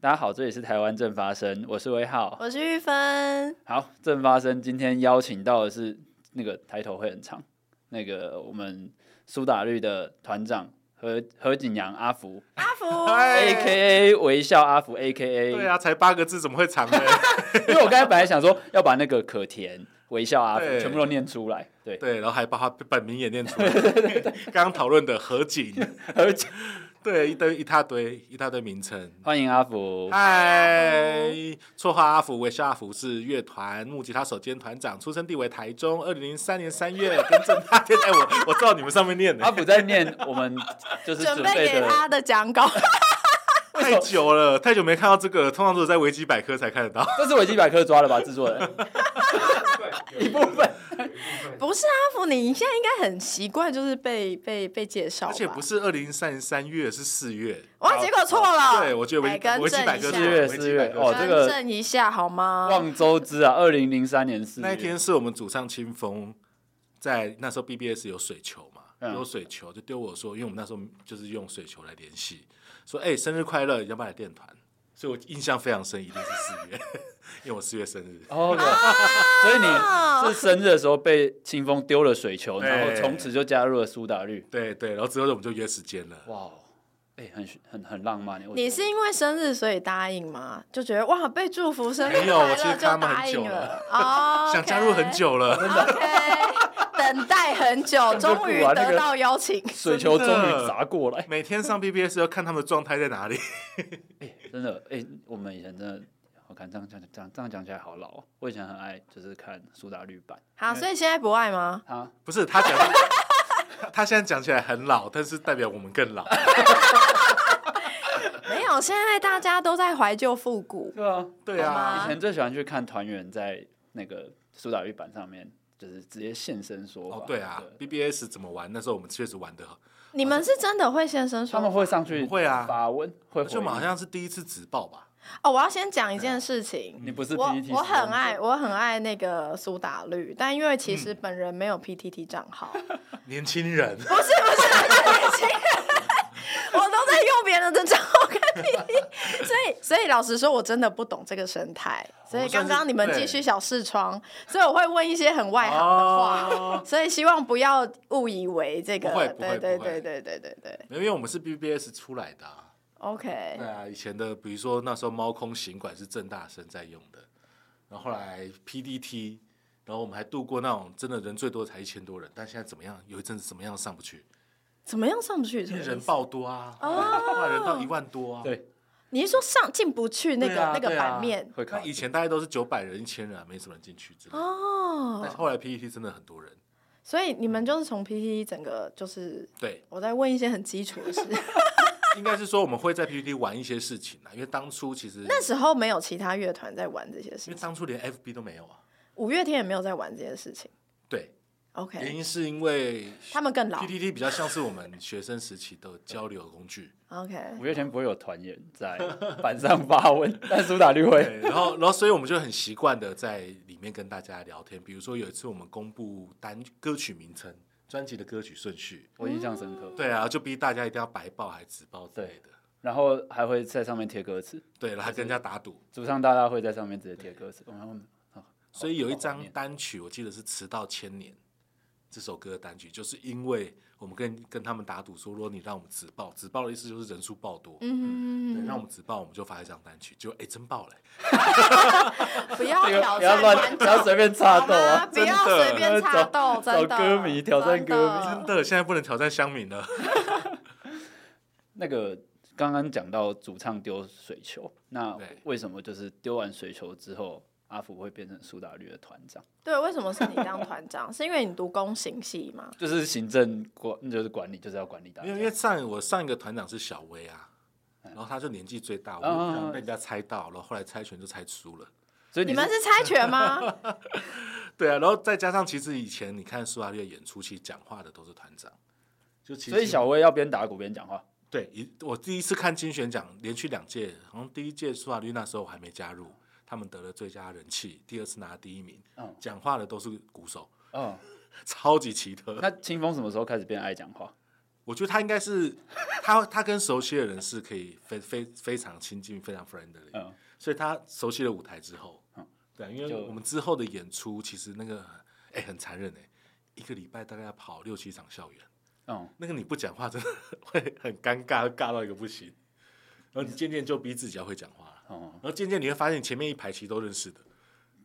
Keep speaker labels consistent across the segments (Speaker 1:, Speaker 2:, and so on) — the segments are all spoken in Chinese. Speaker 1: 大家好，这里是台湾正发生，我是威浩。
Speaker 2: 我是玉芬，
Speaker 1: 好，正发生今天邀请到的是那个抬头会很长，那个我们苏打绿的团长何何景阳阿福
Speaker 2: 阿福，
Speaker 1: ，A
Speaker 2: 哎
Speaker 1: K A 微笑阿福 A K A。
Speaker 3: 对啊，才八个字，怎么会长呢？
Speaker 1: 因为我刚才本来想说要把那个可甜微笑阿福
Speaker 3: 对
Speaker 1: 全部都念出来，对，
Speaker 3: 对，然后还把他本名也念出来。 刚刚讨论的合景，
Speaker 1: 何景
Speaker 3: 对，一堆一大堆一大堆名称。
Speaker 1: 欢迎阿福。
Speaker 3: 嗨，绰号阿福，为是阿福，是乐团木吉他手兼团长，出生地为台中，二零零三年三月跟正大天。哎，我我照你们上面念
Speaker 1: 阿
Speaker 2: 啊
Speaker 3: 的，
Speaker 1: 福在念我们就是
Speaker 2: 准
Speaker 1: 准
Speaker 2: 备
Speaker 1: 备
Speaker 2: 给
Speaker 1: 的，
Speaker 2: 他的讲稿，
Speaker 3: 太久了，太久没看到这个，通常都是在维基百科才看得到。
Speaker 1: 这是维基百科抓的吧？制 作
Speaker 2: 哦
Speaker 1: 人一部分，
Speaker 2: 不是阿福，你现在应该很习惯，就是被被被介绍吧，
Speaker 3: 而且不是二零零三年三月，是四月。
Speaker 2: 哇，结果错了，
Speaker 3: 哦对，我觉得维
Speaker 2: 来更
Speaker 3: 维基百科
Speaker 2: 正
Speaker 1: 四
Speaker 2: 一下
Speaker 3: 错了
Speaker 1: 月
Speaker 3: 维基
Speaker 1: 四月
Speaker 3: 百科
Speaker 1: 哦
Speaker 3: 错了
Speaker 1: 这个
Speaker 2: 更正一下好吗？
Speaker 1: 望周知啊，二零零三年四月
Speaker 3: 那一天是我们主唱清风，在那时候 BBS 有水球嘛，
Speaker 1: 嗯
Speaker 3: 有水球就丢我说，因为我们那时候就是用水球来联系，说哎、生日快乐，要不要来练团？所以我印象非常深，一定是四月， 因为我四月生日。
Speaker 1: 哦，有所以
Speaker 3: 啊
Speaker 1: 你是生日的时候被清风丢了水球，
Speaker 3: 对
Speaker 1: 然后从此就加入了苏打绿。
Speaker 3: 对对，然后之后我们就约时间了。
Speaker 1: 哇哦，哎，很很很浪漫欸耶。我觉得
Speaker 2: 你是因为生日所以答应吗？就觉得哇，被祝福生日
Speaker 3: 没有我
Speaker 2: 快
Speaker 3: 其实
Speaker 2: 乐
Speaker 3: 看
Speaker 2: 就
Speaker 3: 他们
Speaker 2: 答
Speaker 3: 很久
Speaker 2: 应 哦，
Speaker 3: 想加入很久了，真的
Speaker 2: OK，等待很 久，终于
Speaker 1: 哇那个
Speaker 2: 得到邀请，
Speaker 1: 水球终于砸过来，
Speaker 3: 每天上 BBS 要看他们的状态在哪里。
Speaker 1: 真的哎，我们以前真的。我看这样讲这样这样讲起来好老、哦，我以前很爱就是看苏打绿版
Speaker 2: 好，所以现在不爱吗？
Speaker 1: 啊，
Speaker 3: 不是他讲， 他他现在讲起来很老，但是代表我们更老。
Speaker 2: 没有，现在大家都在怀旧复古，
Speaker 1: 对啊，
Speaker 3: 对
Speaker 2: 好
Speaker 3: 啊
Speaker 2: 吗，
Speaker 1: 以前最喜欢去看团员在那个苏打绿版上面，就是直接现身说法。
Speaker 3: 哦对啊，BBS 怎么玩？那时候我们确实玩的
Speaker 2: 你们是真的会现身说
Speaker 1: 他们会上去
Speaker 3: 会啊
Speaker 1: 发问，会回
Speaker 3: 就我们好
Speaker 1: 应
Speaker 3: 像是第一次直报吧。
Speaker 2: 哦，我要先讲一
Speaker 3: 嗯
Speaker 2: 件事情。
Speaker 1: 你不是
Speaker 2: 我
Speaker 1: PPT，
Speaker 2: 我很爱我很爱那个苏打绿，但因为其实本人没有 PTT 账 号，
Speaker 3: 年轻人，
Speaker 2: 不是不是，对 不起我都在用别人的账号看 PTT，所以所以老实说，我真的不懂这个生态。所以
Speaker 3: 我
Speaker 2: 刚
Speaker 3: 算是
Speaker 2: 刚你们
Speaker 3: 对
Speaker 2: 继续小视窗，所以我会问一些很 外行的话，
Speaker 3: 哦
Speaker 2: 所以希望不要误以为这个
Speaker 3: 不会，不
Speaker 2: 对
Speaker 3: 会
Speaker 2: 对
Speaker 3: 不会
Speaker 2: 对对对对对
Speaker 3: 因为我们是 BBS 出来的、啊，
Speaker 2: ，OK
Speaker 3: 对。啊，以前的比如说那时候猫空行馆是正大生在用的，然后后来 PDT，然后我们还度过那种真的人最多才一千多人，但现在怎么样？有一阵子怎么样上不去，
Speaker 2: 怎么样上不去？
Speaker 3: 因
Speaker 2: 什
Speaker 3: 为
Speaker 2: 么意
Speaker 3: 人
Speaker 2: 思
Speaker 3: 爆多啊，
Speaker 2: 哦
Speaker 3: 后来人到一万多啊。
Speaker 1: 对，
Speaker 2: 你是说上进不去那
Speaker 3: 对
Speaker 2: 个、
Speaker 3: 啊
Speaker 2: 那个
Speaker 3: 对啊
Speaker 2: 版面？
Speaker 1: 会
Speaker 3: 那
Speaker 1: 看
Speaker 3: 以前大概都是九百人、一千人、啊，没什么人进去之类的。
Speaker 2: 哦
Speaker 3: 但，后来 PDT 真的很多人，
Speaker 2: 所以你们就是从 PPT 整个就是，
Speaker 3: 对，
Speaker 2: 我在问一些很基础的事。
Speaker 3: 应该是说我们会在 PDT 玩一些事情啊，因为当初其实
Speaker 2: 那时候没有其他乐团在玩这些事
Speaker 3: 因为
Speaker 2: 情，
Speaker 3: 当初连 FB 都没有啊，
Speaker 2: 五月天也没有在玩这些事情。
Speaker 3: 对，原
Speaker 2: OK，
Speaker 3: 因是因为
Speaker 2: 他们更老
Speaker 3: PPT 比较像是我们学生时期的交流工具。
Speaker 2: OK，
Speaker 1: 五月天不会有团员在板上发问， 但苏打绿会。
Speaker 3: 对，然后，然后，所以我们就很习惯的在里面跟大家聊天。比如说有一次我们公布单歌曲名称、专辑的歌曲顺序，
Speaker 1: 我印象深刻，
Speaker 3: 对啊，就逼大家一定要白报还是直报之类的。
Speaker 1: 然后还会在上面贴歌词，
Speaker 3: 对，然后还跟人家打赌。
Speaker 1: 主唱大大会在上面直接贴歌词。然后哦
Speaker 3: 所以有一
Speaker 1: 好怀
Speaker 3: 张
Speaker 1: 念
Speaker 3: 单曲，我记得是《迟到千年》这首歌的单曲，就是因为我们跟跟他们打赌说，如果你让我们直报，直报的意思就是人数爆多，对，
Speaker 2: 嗯，
Speaker 3: 让我们直报，我们就发一张单曲，就哎真爆嘞、
Speaker 2: 不要
Speaker 1: 这个
Speaker 2: 挑
Speaker 1: 不要
Speaker 2: 战
Speaker 1: 乱，
Speaker 2: 观
Speaker 1: 不
Speaker 2: 众，
Speaker 1: 要随便插
Speaker 2: 好
Speaker 1: 豆
Speaker 2: 吗
Speaker 1: 啊！
Speaker 2: 不要
Speaker 3: 真的
Speaker 2: 随便插
Speaker 1: 找
Speaker 2: 豆，真
Speaker 1: 找
Speaker 2: 的。
Speaker 1: 歌迷挑战歌迷
Speaker 2: 真
Speaker 3: 真
Speaker 2: 的
Speaker 3: 的，现在不能挑战乡民了。
Speaker 1: 那个刚刚讲到主唱丢水球，那
Speaker 3: 对
Speaker 1: 为什么就是丢完水球之后，阿福会变成苏打绿的团长？
Speaker 2: 对，为什么是你当团长？是因为你读工行系吗？
Speaker 1: 就是行政管，就是管理，就是要管理大
Speaker 3: 因为
Speaker 1: 家。
Speaker 3: 因为上我上一个团长是小薇啊，然后他就年纪最大，我
Speaker 1: 嗯
Speaker 3: 就不想被人家猜到，然后后来猜拳就猜输了。
Speaker 1: 所以
Speaker 2: 你
Speaker 1: 你
Speaker 2: 们
Speaker 1: 是
Speaker 2: 是猜拳吗？
Speaker 3: 对啊，然后再加上其实以前你看苏打绿的演出，其实讲话的都是团长，就其实
Speaker 1: 所以小薇要边打鼓边讲话。
Speaker 3: 对，一我第一次看金选奖，连续两届，好像第一届苏打绿那时候我还没加入，他们得了最佳人气，第二次拿第一名，
Speaker 1: 嗯
Speaker 3: 讲话的都是鼓手，
Speaker 1: 嗯，
Speaker 3: 超级奇特。
Speaker 1: 那清风什么时候开始变爱讲话？
Speaker 3: 我觉得他应该是他他跟熟悉的人是可以非非非常亲近、非常 friendly，、
Speaker 1: 嗯
Speaker 3: 所以他熟悉了舞台之后，
Speaker 1: 嗯
Speaker 3: 对啊，因为
Speaker 1: 就
Speaker 3: 我们之后的演出其实那个哎、很残忍哎、一个礼拜大概要跑六七场校园，
Speaker 1: 嗯，
Speaker 3: 那个你不讲话真的 会很尴尬，尬到一个不行。然后你渐渐就逼自己要会讲话了，
Speaker 1: 哦
Speaker 3: 然后渐渐你会发现前面一排其实都认识的，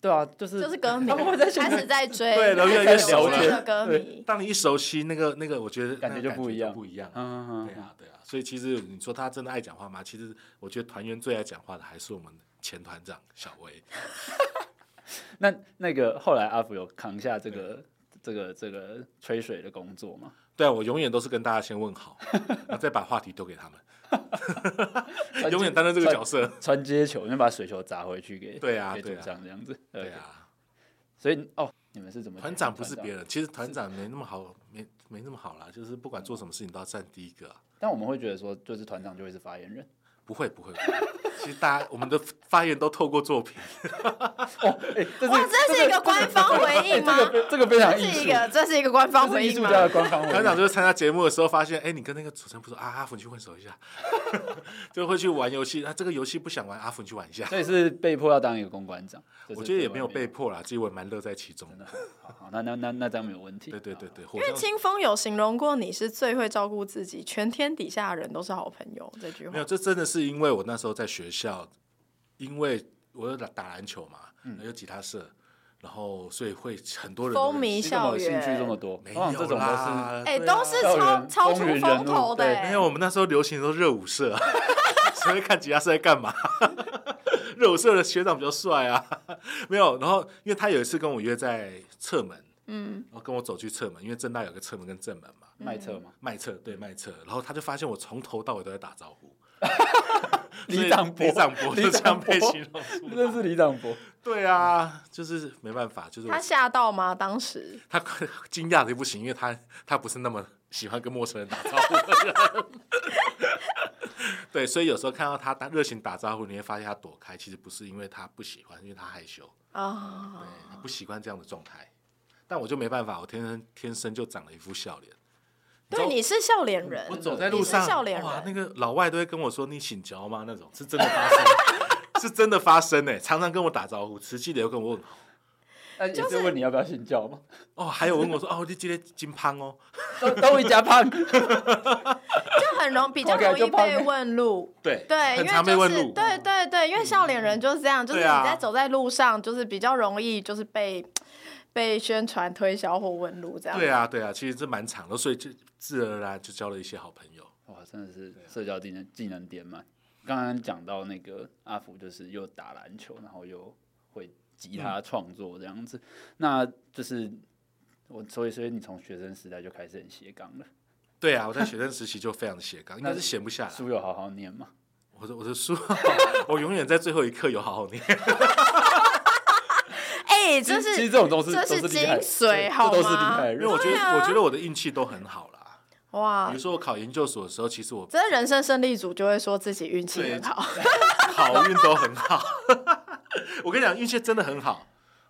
Speaker 1: 对啊，就是
Speaker 2: 就是 歌迷
Speaker 1: 他们会在现
Speaker 2: 开
Speaker 1: 场
Speaker 2: 始在追，
Speaker 3: 对然后越来越熟了
Speaker 2: 开始有的歌迷，
Speaker 3: 当你一熟悉那个那个，我觉得
Speaker 1: 感觉
Speaker 3: 那个
Speaker 1: 就不一样
Speaker 3: 不一样。
Speaker 1: 嗯嗯
Speaker 3: 对啊，对啊，所以其实你说他真的爱讲话吗？其实我觉得团员最爱讲话的还是我们前团长小薇。
Speaker 1: 那那个后来阿福有扛下这个这个这个吹水的工作吗？
Speaker 3: 对啊，我永远都是跟大家先问好，然后再把话题丢给他们， 永远担任这个角色。
Speaker 1: 传接球，你把水球砸回去给
Speaker 3: 对啊
Speaker 1: 给组
Speaker 3: 对啊
Speaker 1: 长这样子。
Speaker 3: 对
Speaker 1: OK，
Speaker 3: 啊，
Speaker 1: 所以哦，你们是怎么
Speaker 3: 团长不是别人，其实团长没那么好，没没那么好啦，就是不管做什么事情都要站第一个啊、
Speaker 1: 但我们会觉得说，就是团长就会是发 言人。
Speaker 3: 不会不会，不会 其实大家我们的发言都透过作品，
Speaker 1: 哎，这哎
Speaker 2: 哇，这是一个官方回应吗？
Speaker 1: 这个这个非常
Speaker 2: 这
Speaker 1: 艺
Speaker 2: 是
Speaker 1: 术
Speaker 2: 一，个这是一个官方
Speaker 1: 这是
Speaker 2: 回
Speaker 1: 艺
Speaker 2: 应
Speaker 1: 术
Speaker 2: 吗？
Speaker 1: 家的官方回
Speaker 3: 团长
Speaker 1: 应。
Speaker 3: 就是参加节目的时候发现，哎、你跟那个主持人不说啊，阿福你去混熟一下， 就会去玩游戏。那、啊这个游戏不想玩，阿福你去玩一下。
Speaker 1: 所以是被迫要当一个公关长。这是
Speaker 3: 我觉得也没有
Speaker 1: 对外
Speaker 3: 被
Speaker 1: 面
Speaker 3: 迫啦，其实我也蛮乐在其中的。
Speaker 1: 好，好那那那那这样没有问题。
Speaker 3: 对对对对，因
Speaker 2: 因为清风有形容过你是最会照顾自己，全天底下的人都是好朋友这句
Speaker 3: 没有，
Speaker 2: 话。
Speaker 3: 这真的是因为我那时候在学校，因为我有打打篮球嘛，
Speaker 1: 嗯
Speaker 3: 有吉他社，然后所以会很多人都
Speaker 2: 风
Speaker 3: 认识
Speaker 2: 靡
Speaker 1: 你怎么
Speaker 2: 校
Speaker 1: 哦兴趣这
Speaker 2: 园
Speaker 1: 么，多？
Speaker 3: 没
Speaker 1: 哇
Speaker 3: 有
Speaker 1: 这种都是
Speaker 3: 啦，
Speaker 2: 哎，
Speaker 3: 对啊
Speaker 2: 都是
Speaker 1: 校
Speaker 2: 超
Speaker 1: 园
Speaker 2: 超出
Speaker 1: 风云人
Speaker 2: 风
Speaker 1: 物
Speaker 2: 头的
Speaker 1: 对
Speaker 2: 哎，
Speaker 3: 没有，我们那时候流行都热舞社、啊， 谁会看吉他社在干嘛？ 热舞社的学长比较帅啊， 没有。然后，因为他有一次跟我约在侧门，
Speaker 2: 嗯，
Speaker 3: 然后跟我走去侧门，因为正大有个侧门跟正门嘛，
Speaker 1: 卖车嘛，
Speaker 3: 卖侧对卖侧。然后他就发现我从头到尾都在打招呼，
Speaker 1: 李长博，
Speaker 3: 李长博
Speaker 1: 李
Speaker 3: 就这样
Speaker 1: 长
Speaker 3: 被
Speaker 1: 博
Speaker 3: 形容出来。
Speaker 1: 认识李长博，
Speaker 3: 对啊，就是没办法，就是我
Speaker 2: 他吓到吗？当时
Speaker 3: 他惊讶的不行，因为他他不是那么喜欢跟陌生人打招呼的人。 对，所以有时候看到他打热情打招呼，你会发现他躲开，其实不是因为他不喜欢，因为他害羞，对
Speaker 2: 啊，
Speaker 3: 他不习惯这样的状态。但我就没办法，我天生天生就长了一副笑脸。
Speaker 2: 对，你是笑脸人，
Speaker 3: 我走在路
Speaker 2: 你
Speaker 3: 上
Speaker 2: 是笑，脸
Speaker 3: 哇，那
Speaker 2: 人，
Speaker 3: 个老外都会跟我说你醒嚼吗？那种是真的发生，是真的发生呢、常常跟我打招呼，实际的又跟我问好。
Speaker 1: 那也是哎问你要不要信教吗？
Speaker 3: 哦，还有问我说哦，你今天金胖哦，
Speaker 1: 都都一家胖，
Speaker 2: 就很容比较
Speaker 1: OK，
Speaker 2: 容易
Speaker 1: 就怕
Speaker 2: 被问路。
Speaker 3: 对
Speaker 2: 对，因
Speaker 3: 很
Speaker 2: 为
Speaker 3: 常被
Speaker 2: 就
Speaker 3: 问
Speaker 2: 是
Speaker 3: 路，嗯
Speaker 2: 对对对，因为笑脸人就是这样，就是你
Speaker 3: 对啊
Speaker 2: 在走在路上，就是比较容易就是被被宣传推销或问路这样。
Speaker 3: 对啊，对啊，其实这蛮长的，所以就自然而然就交了一些好朋友。
Speaker 1: 哇，真的是社交技能技能点满。刚刚讲到那个阿福，就是又打篮球，然后又会吉他创作这样子，那就是我，所以所以你从学生时代就开始很斜杠了，
Speaker 3: 对啊，我在学生时期就非常的斜杠， 应该
Speaker 1: 那
Speaker 3: 是闲不下来。
Speaker 1: 书有好好念嘛，
Speaker 3: 我的我的书， 我永远在最后一刻有好好念。
Speaker 1: 其
Speaker 2: 哎、这
Speaker 1: 实其实
Speaker 2: 是
Speaker 1: 这种都是
Speaker 2: 这
Speaker 1: 都
Speaker 2: 是
Speaker 1: 是厉害的，
Speaker 2: 精髓
Speaker 1: 这
Speaker 2: 好
Speaker 1: 这都是厉
Speaker 2: 吗
Speaker 1: 害的
Speaker 3: 因
Speaker 1: 人，
Speaker 3: 为我觉得、
Speaker 2: 对啊
Speaker 3: 我觉得我的运气都很好啦。比
Speaker 2: 哇
Speaker 3: 如，说我考研究所的时候，其实我
Speaker 2: 这人生胜利组就会说自己运气
Speaker 3: 对
Speaker 2: 很好，
Speaker 3: 考运都很好。 我跟你讲，运气真的很好。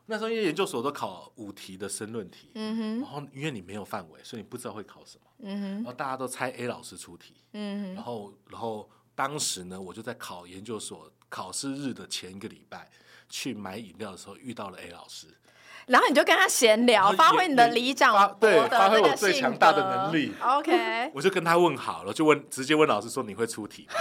Speaker 3: 那时候因为研究所都考五题的申论题，
Speaker 2: 嗯
Speaker 3: 然后因为你没有范围，所以你不知道会考什么，
Speaker 2: 哼，嗯
Speaker 3: 然后大家都猜 A 老师出题。
Speaker 2: 哼，嗯
Speaker 3: 然后，然后当时呢，我就在考研究所考试日的前一个礼拜去买饮料的时候，遇到了 A 老师，
Speaker 2: 哼，然后你就跟他闲
Speaker 3: 然
Speaker 2: 聊，
Speaker 3: 后也
Speaker 2: 发挥你的里
Speaker 3: 发
Speaker 2: 长
Speaker 3: 对
Speaker 2: 博
Speaker 3: 发
Speaker 2: 的
Speaker 3: 挥
Speaker 2: 那
Speaker 3: 我
Speaker 2: 个
Speaker 3: 最
Speaker 2: 性
Speaker 3: 强
Speaker 2: 格
Speaker 3: 大的能力
Speaker 2: OK，
Speaker 3: 我就跟他问好了，就问直接问老师说你会出题吗，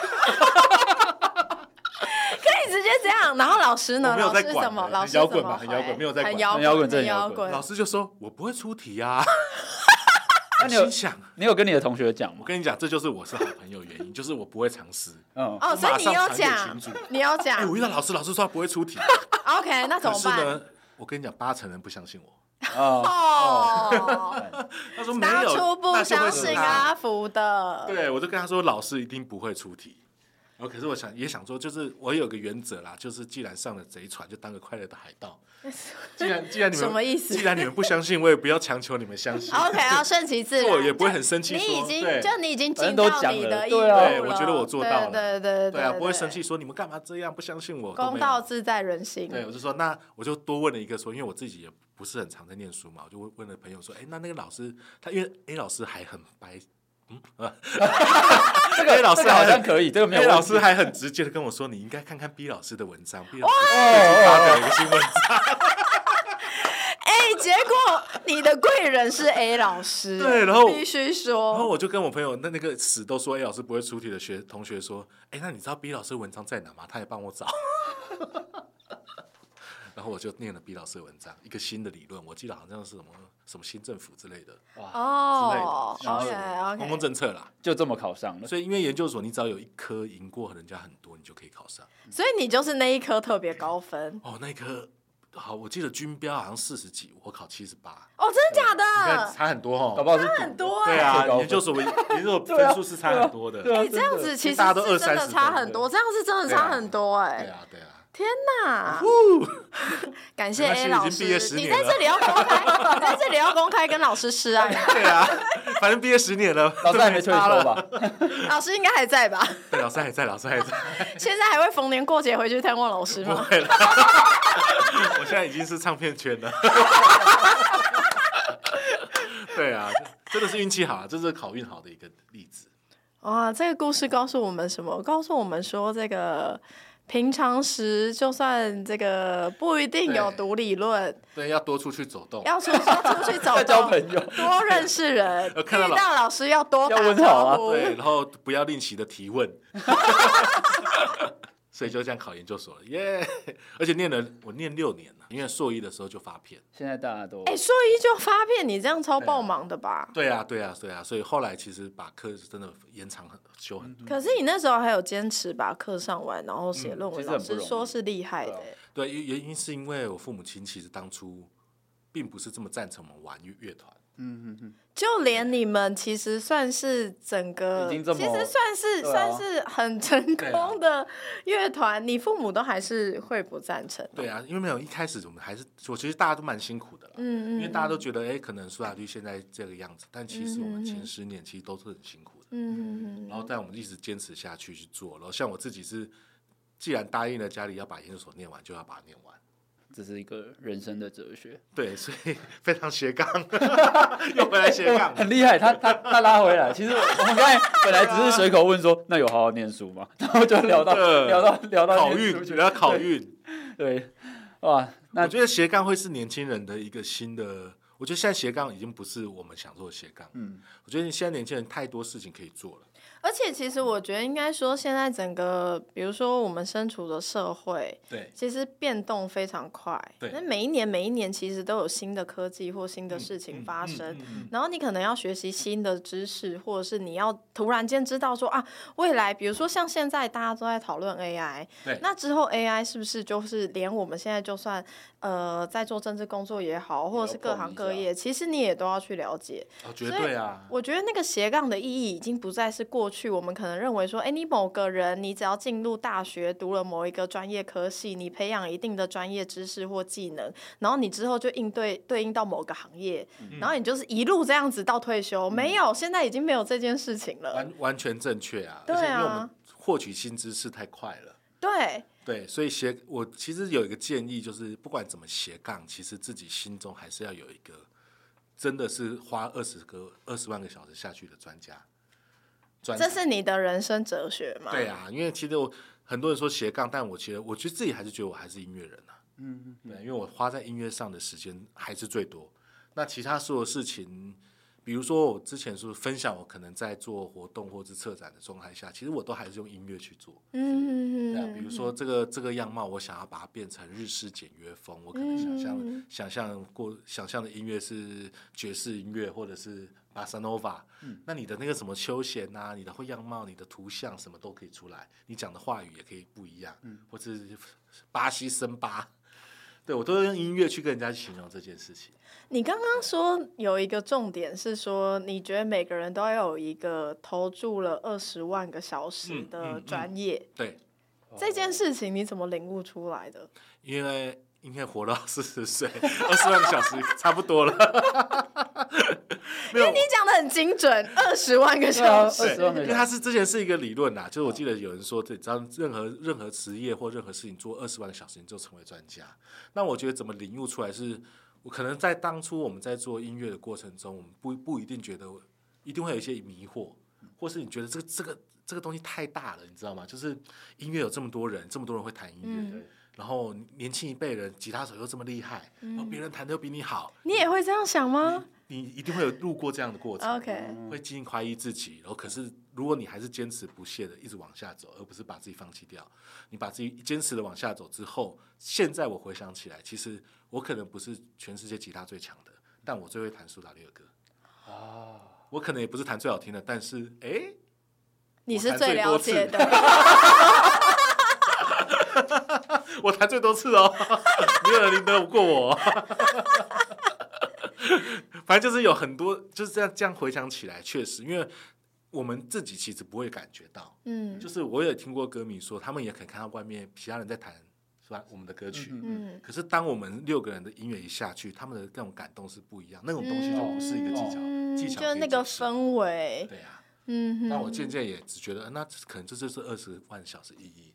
Speaker 2: 可以直接这样。然后老师呢？
Speaker 3: 我没有
Speaker 2: 老
Speaker 3: 在
Speaker 2: 师
Speaker 3: 管欸
Speaker 2: 怎么？
Speaker 3: 很
Speaker 2: 老师
Speaker 3: 摇
Speaker 2: 怎
Speaker 3: 滚
Speaker 2: 么
Speaker 3: 吧
Speaker 2: 回
Speaker 3: 很摇滚没有在
Speaker 2: 很
Speaker 3: 管
Speaker 2: 摇
Speaker 1: 很摇滚真
Speaker 2: 很
Speaker 1: 的
Speaker 2: 摇
Speaker 1: 摇滚
Speaker 3: 老师就说我不会出题呀、 啊。
Speaker 1: 那
Speaker 3: 我
Speaker 1: 你有
Speaker 3: 心想，
Speaker 1: 你有跟你的同学讲
Speaker 3: 我
Speaker 1: 吗？
Speaker 3: 跟你讲，这就是我是好朋友原因，就是我不会藏私。
Speaker 1: 嗯，
Speaker 2: 哦，所以你有
Speaker 3: 马上传
Speaker 2: 讲
Speaker 3: 给群主，
Speaker 2: 你有
Speaker 3: 哎、
Speaker 2: 讲
Speaker 3: 我遇到老师，老师说他不会 出题，
Speaker 2: ，OK，那怎
Speaker 3: 可
Speaker 2: 么
Speaker 3: 是
Speaker 2: 办？
Speaker 3: 呢，我跟你讲，八成人不相信我。
Speaker 1: 哦，
Speaker 2: 哦，
Speaker 3: 他说没
Speaker 2: 当
Speaker 3: 有，
Speaker 2: 初不
Speaker 3: 那就
Speaker 2: 相
Speaker 3: 会是
Speaker 2: 信啊
Speaker 3: 他
Speaker 2: 阿福的，
Speaker 3: 对，我就跟他说，老师一定不会出题。然后可是我想也想说，就是我有个原则啦，就是既然上了贼船，就当个快乐的海 盗。既然既然你们
Speaker 2: 什么意思啊
Speaker 3: 既然你们不相信，我也不要强求你们相 信。
Speaker 2: OK，要顺其自然。
Speaker 3: 我也不会很生气
Speaker 2: 你已
Speaker 3: 说，
Speaker 2: 经
Speaker 3: 对
Speaker 2: 就你已经
Speaker 1: 反
Speaker 2: 尽
Speaker 1: 正都
Speaker 2: 到
Speaker 1: 讲
Speaker 2: 你
Speaker 1: 了
Speaker 2: 的义务
Speaker 1: 对啊
Speaker 2: 了。
Speaker 3: 对我觉得我做到了
Speaker 2: 对对
Speaker 3: 对啊，不会生气。说你们干嘛这样不相信我。都
Speaker 2: 公
Speaker 3: 没
Speaker 2: 道
Speaker 3: 有。
Speaker 2: 自在人心。
Speaker 3: 对，我就说那我就多问了一个说，因为我自己也不是很常在念书嘛，我就问问了朋友说，哎，那那个老师他因为 A 老师还很白
Speaker 1: 这个
Speaker 3: A 老师
Speaker 1: 这个好
Speaker 3: 还
Speaker 1: 像
Speaker 3: 很
Speaker 1: 可以，这个没有
Speaker 3: A
Speaker 1: 问
Speaker 3: 哎老
Speaker 1: 题
Speaker 3: 师还很直接的跟我说，你应该看看 B 老师的文章，B 哎老师最近发表了一个新
Speaker 1: 哦
Speaker 3: 文章，
Speaker 2: 哎、结果你的贵人是 A 老师，
Speaker 3: 对然后
Speaker 2: 必须
Speaker 3: 然后
Speaker 2: 说，
Speaker 3: 我就跟我朋友那那个死都说 A 老师不会出题的学同学说，哎、那你知道 B 老师的文章在哪吗？他也帮我找。 然后我就念了 B 老师的文章，一个新的理论，我记得好像是什么什么新政府之类的
Speaker 2: 哦
Speaker 3: 之类的，
Speaker 2: ，OK
Speaker 3: 然后公共
Speaker 2: OK，
Speaker 3: 政策啦。
Speaker 1: 就这么考上了。
Speaker 3: 所以因为研究所，你只要有一科赢过人家很多，你就可以考上。
Speaker 2: 所以你就是那一科特别高分
Speaker 3: 哦，那一科好，我记得军标好像四十几，我考七十八，
Speaker 2: 哦，真的假
Speaker 3: 你看
Speaker 2: 的？
Speaker 3: 差很多
Speaker 1: 搞
Speaker 3: 哦。
Speaker 1: 不好是
Speaker 2: 很多哎、
Speaker 3: 对
Speaker 1: 最
Speaker 3: 啊，
Speaker 1: 高分
Speaker 3: 研 究所研究所分数是差很多的。
Speaker 1: 对啊
Speaker 2: 你、哎这样子其实
Speaker 3: 大家都
Speaker 2: 是真
Speaker 3: 20-30
Speaker 2: 的
Speaker 3: 分
Speaker 2: 差很多，这样是真的
Speaker 3: 对啊
Speaker 2: 差很多哎、
Speaker 3: 对啊，对啊。
Speaker 2: 天哪！感谢
Speaker 3: 没关系
Speaker 2: A 老
Speaker 3: 已经毕业
Speaker 2: 师，
Speaker 3: 10
Speaker 2: 你
Speaker 3: 年
Speaker 2: 在
Speaker 3: 了
Speaker 2: 这里要公开， 你在这里要公开跟老师示爱吗。
Speaker 3: 对啊，反正毕业十年了，
Speaker 1: 老师还
Speaker 3: 就
Speaker 1: 没退
Speaker 3: 差
Speaker 1: 休
Speaker 3: 了？
Speaker 1: 吧？
Speaker 2: 老师应该还在吧？
Speaker 3: 对，老师还在，老师还在。
Speaker 2: 现在还会逢年过节回去探望老师
Speaker 3: 不
Speaker 2: 吗？
Speaker 3: 会了，我现在已经是唱片圈了。 对啊，真的是运气好，啊这是考运好的一个例子。
Speaker 2: 哇，啊这个故事告诉我们什么？告诉我们说，这个平常时就算这个不一定有
Speaker 3: 对
Speaker 2: 读理论，
Speaker 3: 对，要多出去走动。
Speaker 2: 要出出去走
Speaker 1: 要交
Speaker 2: 动，
Speaker 1: 朋友，
Speaker 2: 多认识人，
Speaker 3: 要看到
Speaker 2: 遇
Speaker 3: 老
Speaker 2: 到老师要多
Speaker 1: 要
Speaker 2: 打
Speaker 1: 问好
Speaker 2: 招
Speaker 1: 啊
Speaker 2: 呼。
Speaker 3: 对，然后不要吝惜的提问。 所以就这样考研究所了，耶、而且念了我念六年了，因为硕一的时候就发片。
Speaker 1: 现在大家都
Speaker 2: 哎，硕一就发片，你这样超爆忙的吧？
Speaker 3: 对啊，对啊，对啊，所以后来其实把课是真的延长很修很
Speaker 1: 嗯
Speaker 3: 多。
Speaker 2: 可是你那时候还有坚持把课上完，然后写论
Speaker 1: 其
Speaker 2: 文，
Speaker 1: 实
Speaker 2: 老
Speaker 1: 很不
Speaker 2: 师
Speaker 1: 容易
Speaker 2: 说是厉害的
Speaker 1: 对啊
Speaker 2: 欸。
Speaker 3: 对，原原因是因为我父母亲其实当初并不是这么赞成我们玩乐乐团，
Speaker 1: 嗯嗯嗯，
Speaker 2: 就连你们其实算是整
Speaker 1: 已
Speaker 2: 个，其
Speaker 1: 经这么
Speaker 2: 实算是、
Speaker 1: 对啊
Speaker 2: 算是很成
Speaker 3: 对啊
Speaker 2: 功的乐团，你父母都还是会不赞成。
Speaker 3: 对啊，因为没有一开始我们还是我其实大家都蛮辛苦的啦，
Speaker 2: 嗯，嗯嗯，
Speaker 3: 因为大家都觉得哎，可能苏打绿现在这个样子，但其实我们前十年其实都是很辛苦的，
Speaker 2: 嗯，嗯嗯
Speaker 3: 然后但我们一直坚持下去去做，然后像我自己是，既然答应了家里要把研究所念完，就要把它念完。
Speaker 1: 这是一个人生的哲学，
Speaker 3: 对，所以非常斜 杠，又回来斜杠。
Speaker 1: 很厉害。他他他拉回 来，其实我我们刚才本来只是随口问说，那有好好念书吗？ 然后就聊到
Speaker 3: 真的
Speaker 1: 聊到聊到
Speaker 3: 考
Speaker 1: 念书
Speaker 3: 运，
Speaker 1: 去
Speaker 3: 比较考运。
Speaker 1: 对，哇，那
Speaker 3: 我觉得斜杠会是年轻人的一个新的，我觉得现在斜杠已经不是我们想做的斜杠。
Speaker 1: 嗯，
Speaker 3: 我觉得现在年轻人太多事情可以做了。
Speaker 2: 而且其实我觉得应该说，现在整个，比如说我们身处的社会，
Speaker 3: 对，
Speaker 2: 其实变动非常快。
Speaker 3: 对嗯
Speaker 2: 那每一年每一年其实都有新的科技或新的事情发生。然后你可能要学习新的知识，或者是你要突然间知道说啊，未来比如说像现在大家都在讨论 AI，
Speaker 3: 对
Speaker 2: 那之后 AI 是不是就是连我们现在就算呃在做政治工作也好，或者是各行各业，其实你也都要去了解。
Speaker 3: 哦，绝对啊，
Speaker 2: 我觉得那个斜杠的意义已经不再是过去我们可能认为说，哎，你某个人你只要进入大学读了某一个专业科系，你培养一定的专业知识或技能，然后你之后就应对对应到某个行业，
Speaker 3: 嗯
Speaker 2: 然后你就是一路这样子到退休。没有，现在已经没有这件事情了。
Speaker 3: 完完全正确啊。
Speaker 2: 对啊
Speaker 3: 而且因为我们获取新知识太快了。
Speaker 2: 对，
Speaker 3: 对，所以斜我其实有一个建议，就是不管怎么斜杠，其实自己心中还是要有一个，真的是花二十个二十万个小时下去的专家。专
Speaker 2: 这是你的人生哲学吗？
Speaker 3: 对啊，因为其实我很多人说斜杠，但我其实我觉得自己还是觉得我还是音乐人啊。嗯，对，因为我花在音乐上的时间还是最多。那其他所有事情，比如说我之前是不是分享我可能在做活动或是策展的状态下，其实我都还是用音乐去做。
Speaker 2: 嗯，嗯
Speaker 3: 对啊，比如说这个这个样貌，我想要把它变成日式简约风，我可能想象、
Speaker 2: 嗯
Speaker 3: 想象过想象的音乐是爵士音乐或者是巴塞诺瓦，那你的那个什么休闲啊，你的会样貌、你的图像什么都可以出来，你讲的话语也可以不一样，或者是巴西森巴， 对我都会用音乐去跟人家形容这件事情。
Speaker 2: 你刚刚说有一个重点是说，你觉得每个人都要有一个投注了二十万个小时
Speaker 3: 嗯嗯
Speaker 2: 的
Speaker 3: 嗯
Speaker 2: 专业，
Speaker 3: 对，哦
Speaker 2: 这件事情你怎么领悟出来的？
Speaker 3: 因为因为活到四十岁，二十万个小时差不多了，没有啊
Speaker 2: 你。讲的很精 准，二十万个小时。
Speaker 1: 对20万个小时
Speaker 3: 因为它是之前是一个理论啦，啊就是我记得有人说，对，只要任何任何职业或任何事情做二十万个小时，你就成为专家。那我觉得怎么领悟出来是，我可能在当初我们在做音乐的过程中，我们不不一定觉得一一定会有一些迷惑，或是你觉得这个这个这个东西太大了，你知道吗？就是音乐有这么多人，这么多人会弹音乐，
Speaker 2: 嗯
Speaker 1: 对，
Speaker 3: 然后年轻一辈人吉他手又这么厉害，然后别人弹的又比你好，
Speaker 2: 你也会这样想吗
Speaker 3: 你一定会有路过这样的过程。
Speaker 2: ？OK，
Speaker 3: 会进行怀疑自己，然后可是如果你还是坚持不懈的一直往下走，而不是把自己放弃掉，你把自己坚持的往下走之后，现在我回想起来，其实我可能不是全世界吉他最强的，但我最会弹苏打绿的歌，
Speaker 1: 啊，
Speaker 3: 我可能也不是弹最好听的，但是诶，
Speaker 2: 你是最了解的，
Speaker 3: 我弹最多次哦，没有人赢得过我。反正就是有很多就是这样这样回想起来，确实，因为我们自己其实不会感觉到，
Speaker 2: 嗯
Speaker 3: 就是我也听过歌迷说，他们也可以看到外面其他人在弹，是吧？我们的歌曲。
Speaker 1: 嗯
Speaker 2: 嗯，
Speaker 3: 可是当我们六个人的音乐一下去，他们的那种感动是不一样，那种东西就不是一个技巧，
Speaker 2: 嗯
Speaker 3: 技巧
Speaker 2: 就是那个氛
Speaker 3: 可以解释。
Speaker 2: 围，
Speaker 3: 对啊呀、
Speaker 2: 嗯哼，
Speaker 3: 那我渐渐也只觉得，呃那可能这就是二十万小时意义。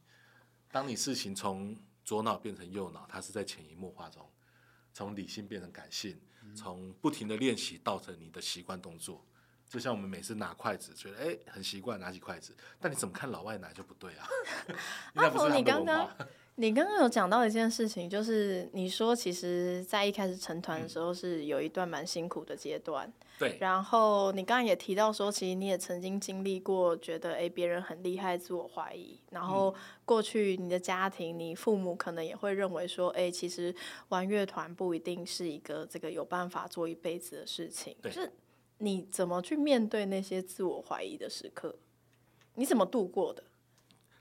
Speaker 3: 当你事情从左脑变成右脑，它是在潜移默化中，从理性变成感性，从不停的练习到成你的习惯动作。就像我们每次拿筷子，觉得哎很习惯拿起筷子，但你怎么看老外拿就不对 啊？那不是
Speaker 2: 你
Speaker 3: 他们的
Speaker 2: 刚
Speaker 3: 文
Speaker 2: 刚
Speaker 3: 化。
Speaker 2: 你刚刚有讲到一件事情，就是你说其实，在一开始成团的时候是有一段蛮辛苦的阶段，
Speaker 3: 对，
Speaker 2: 然后你刚刚也提到说，其实你也曾经经历过，觉得诶别人很厉害，自我怀疑。然后
Speaker 3: 嗯
Speaker 2: 过去你的家庭，你父母可能也会认为说，诶其实玩乐团不一定是一个这个有办法做一辈子的事情。
Speaker 3: 对
Speaker 2: 就是你怎么去面对那些自我怀疑的时刻？你怎么度过的？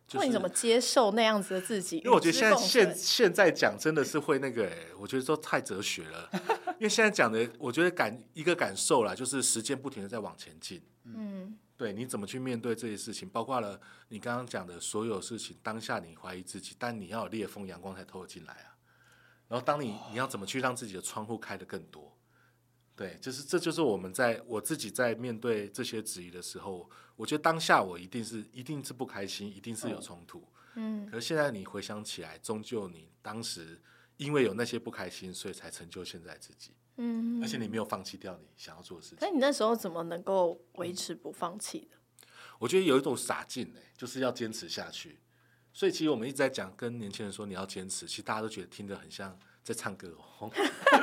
Speaker 3: 就
Speaker 2: 或
Speaker 3: 是
Speaker 2: 你怎么接受那样子的自己？
Speaker 3: 因为我觉
Speaker 2: 与
Speaker 3: 得
Speaker 2: 之
Speaker 3: 现在
Speaker 2: 共
Speaker 3: 现
Speaker 2: 存
Speaker 3: 现在讲真的是会那个、欸，我觉得都太哲学了。 因为现在讲的，我觉得感一个感受啦，就是时间不停的在往前进。
Speaker 2: 嗯
Speaker 3: 对，你怎么去面对这些事情，包括了你刚刚讲的所有事情，当下你怀疑自己，但你要有烈风阳光才透得进来啊。然后当你你要怎么去让自己的窗户开得更多？对，就是这就是我们在我自己在面对这些质疑的时候，我觉得当下我一定是一定是不开心，一定是有
Speaker 1: 嗯
Speaker 3: 冲突。
Speaker 2: 嗯
Speaker 3: 可是现在你回想起来，终究你当时因为有那些不开心，所以才成就现在自己，
Speaker 2: 嗯，
Speaker 3: 而且你没有放弃掉你想要做的事
Speaker 2: 那
Speaker 3: 情。
Speaker 2: 你那时候怎么能够维持不放弃的？
Speaker 3: 我觉得有一种洒劲哎，就是要坚持下去。所以其实我们一直在讲跟年轻人说你要坚持，其实大家都觉得听着很像在唱歌哦，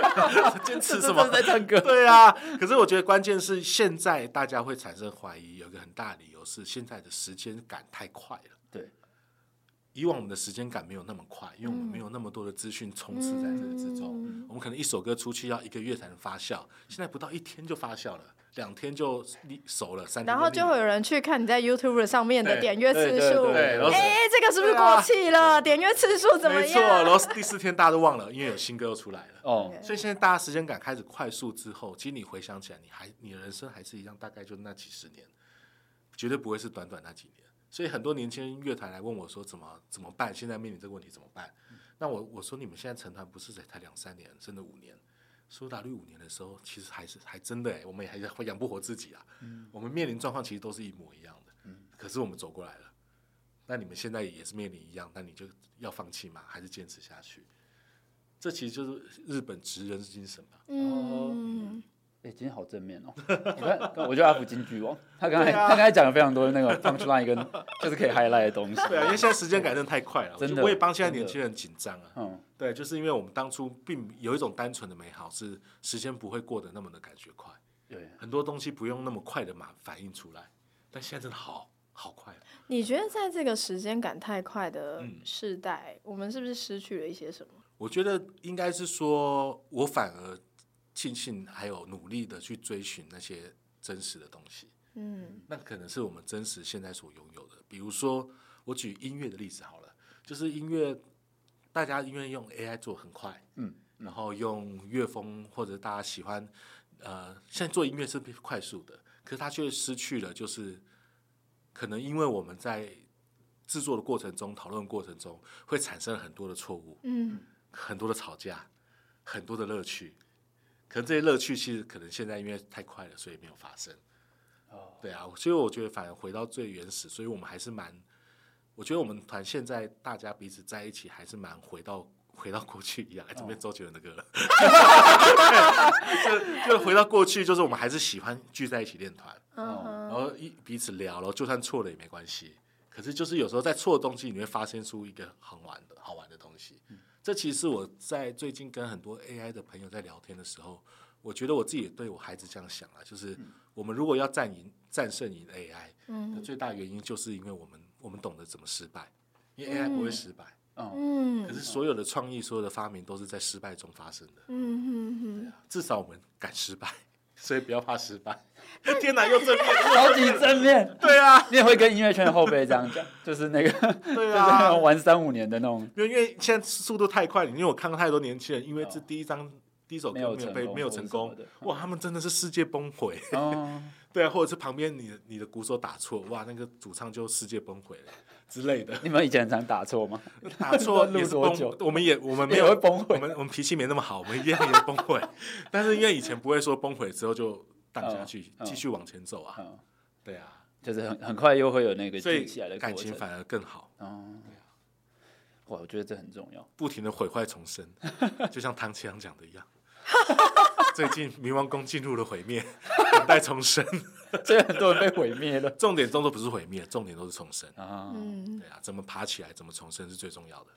Speaker 3: 坚持什么？
Speaker 1: 在唱歌？
Speaker 3: 对啊，可是我觉得关键是现在大家会产生怀疑，有一个很大的理由是现在的时间感太快了。
Speaker 1: 对，
Speaker 3: 以往我们的时间感没有那么快，因为我们没有那么多的资讯充斥在这个之中。
Speaker 2: 嗯
Speaker 3: 我们可能一首歌出去要一个月才能发酵，现在不到一天就发酵了，两天就腻熟了，三天
Speaker 2: 然后
Speaker 3: 腻
Speaker 2: 就
Speaker 3: 了
Speaker 2: 会有人去看你在 YouTube 上面的
Speaker 3: 对
Speaker 2: 点阅次数，
Speaker 1: 对
Speaker 3: 对然后
Speaker 2: 哎、这个是不是过气了？点阅次数怎么
Speaker 3: 没错，然
Speaker 2: 样？
Speaker 3: 后第四天大家都忘了，因为有新歌又出来了。
Speaker 1: 哦，
Speaker 3: 所以现在大家时间感开始快速之后，其实你回想起来，你还你的人生还是一样，大概就那几十年，绝对不会是短短那几年。所以很多年轻人乐团来问我说怎么怎么办？现在面临这个问题怎么办？那我我说你们现在成团不是才才两三年，甚至五年。苏打绿五年的时候，其实还是还真的哎、我们也还是会养不活自己啊。我们面临状况其实都是一模一样的，可是我们走过来了。那你们现在也是面临一样，那你就要放弃吗？还是坚持下去？这其实就是日本职人精神吧。哦
Speaker 2: 嗯，
Speaker 1: 哎、今天好正面哦！我看，我觉得阿福金句王，他刚才、
Speaker 3: 对啊
Speaker 1: 他刚才讲了非常多那个 punchline 跟就是可以 highlight 的东西。
Speaker 3: 对啊，因为现在时间改得太快了，我
Speaker 1: 真的
Speaker 3: 就我也帮现在
Speaker 1: 真的
Speaker 3: 年轻人紧张啊。
Speaker 1: 嗯，
Speaker 3: 对，就是因为我们当初并有一种单纯的美好，是时间不会过得那么的感觉快，
Speaker 1: 对，啊
Speaker 3: 很多东西不用那么快的马反应出来，但现在真的好好快啊。
Speaker 2: 你觉得在这个时间感太快的
Speaker 3: 嗯
Speaker 2: 时代，我们是不是失去了一些什么？
Speaker 3: 我觉得应该是说，我反而庆幸还有努力的去追寻那些真实的东西，
Speaker 2: 嗯
Speaker 3: 那可能是我们真实现在所拥有的。比如说，我举音乐的例子好了，就是音乐，大家因为用 AI 做很快，
Speaker 1: 嗯，
Speaker 3: 然后用乐风或者大家喜欢，呃，现在做音乐是快速的，可是它却失去了，就是可能因为我们在制作的过程中、讨论过程中会产生很多的错误，
Speaker 2: 嗯
Speaker 3: 很多的吵架，很多的乐趣。可能这些乐趣其实可能现在因为太快了，所以没有发生。
Speaker 1: 哦，
Speaker 3: 对啊，所以我觉得反而回到最原始，所以我们还是蛮，我觉得我们团现在大家彼此在一起还是蛮回到回到过去一样。哎，怎么变周杰伦的歌了？ 就回到过去，就是我们还是喜欢聚在一起练团，
Speaker 2: 嗯
Speaker 3: 然
Speaker 2: 哼，
Speaker 3: 后一彼此聊，然后就算错了也没关系。可是就是有时候在错的东西，你会发现出一个很玩的好玩的东西。
Speaker 2: 嗯
Speaker 3: 这其实是我在最近跟很多 AI 的朋友在聊天的时候，我觉得我自己也对我孩子这样想啊，就是
Speaker 2: 嗯
Speaker 3: 我们如果要战赢、战胜赢 AI 的最大原因，就是因为我们我们懂得怎么失败，因为 AI 不会失败，
Speaker 1: 嗯，
Speaker 2: 嗯
Speaker 3: 可是所有的创意、所有的发明都是在失败中发生的。
Speaker 2: 嗯哼哼，
Speaker 3: 至少我们敢失败，所以不要怕失败。 天哪，又正面 了，
Speaker 1: 超级正面。
Speaker 3: 对啊，
Speaker 1: 你也会跟音乐圈的后辈这样讲，就是那个，就是
Speaker 3: 对
Speaker 1: 那
Speaker 3: 啊
Speaker 1: 种，玩三五年的那种，
Speaker 3: 因为因为现在速度太快了，因为我看到太多年轻人，因为这第一张、第一首歌
Speaker 1: 哦没有
Speaker 3: 没
Speaker 1: 成功或
Speaker 3: 有被没有
Speaker 1: 者
Speaker 3: 成
Speaker 1: 什么
Speaker 3: 功
Speaker 1: 的，
Speaker 3: 哇，他们真的是世界崩毁。
Speaker 1: 哦，
Speaker 3: 对啊，或者是旁边你的你的鼓手打错，哇，那个主唱就世界崩毁了之类 的。
Speaker 1: 你们以前常打错吗？
Speaker 3: 打错
Speaker 1: 录
Speaker 3: 也是
Speaker 1: 多
Speaker 3: 崩
Speaker 1: 久，
Speaker 3: 我 们也我们没
Speaker 1: 也
Speaker 3: 有
Speaker 1: 会崩
Speaker 3: 我
Speaker 1: 溃。
Speaker 3: 们我们脾气没那么好，我们一样也崩溃。 但是因为以前不会说崩毁之后就荡下去，
Speaker 1: 嗯嗯
Speaker 3: 继续往前走啊。
Speaker 1: 嗯，
Speaker 3: 对啊，
Speaker 1: 就是很很快又会有那个
Speaker 3: 所以
Speaker 1: 聚起来的
Speaker 3: 感
Speaker 1: 过
Speaker 3: 情
Speaker 1: 程。
Speaker 3: 反而啊更好。
Speaker 1: 哦，哇，我觉得这很重要。
Speaker 3: 不停的毁坏重生，就像唐奇阳讲的一样。 最近冥王宫进入了毁灭，等待重生。
Speaker 1: 所以很多人被毁灭了
Speaker 3: 重点终究不是毁灭，重点都是重生。
Speaker 1: 啊。
Speaker 2: 嗯
Speaker 3: 对啊，怎么爬起来，怎么重生是最重要的。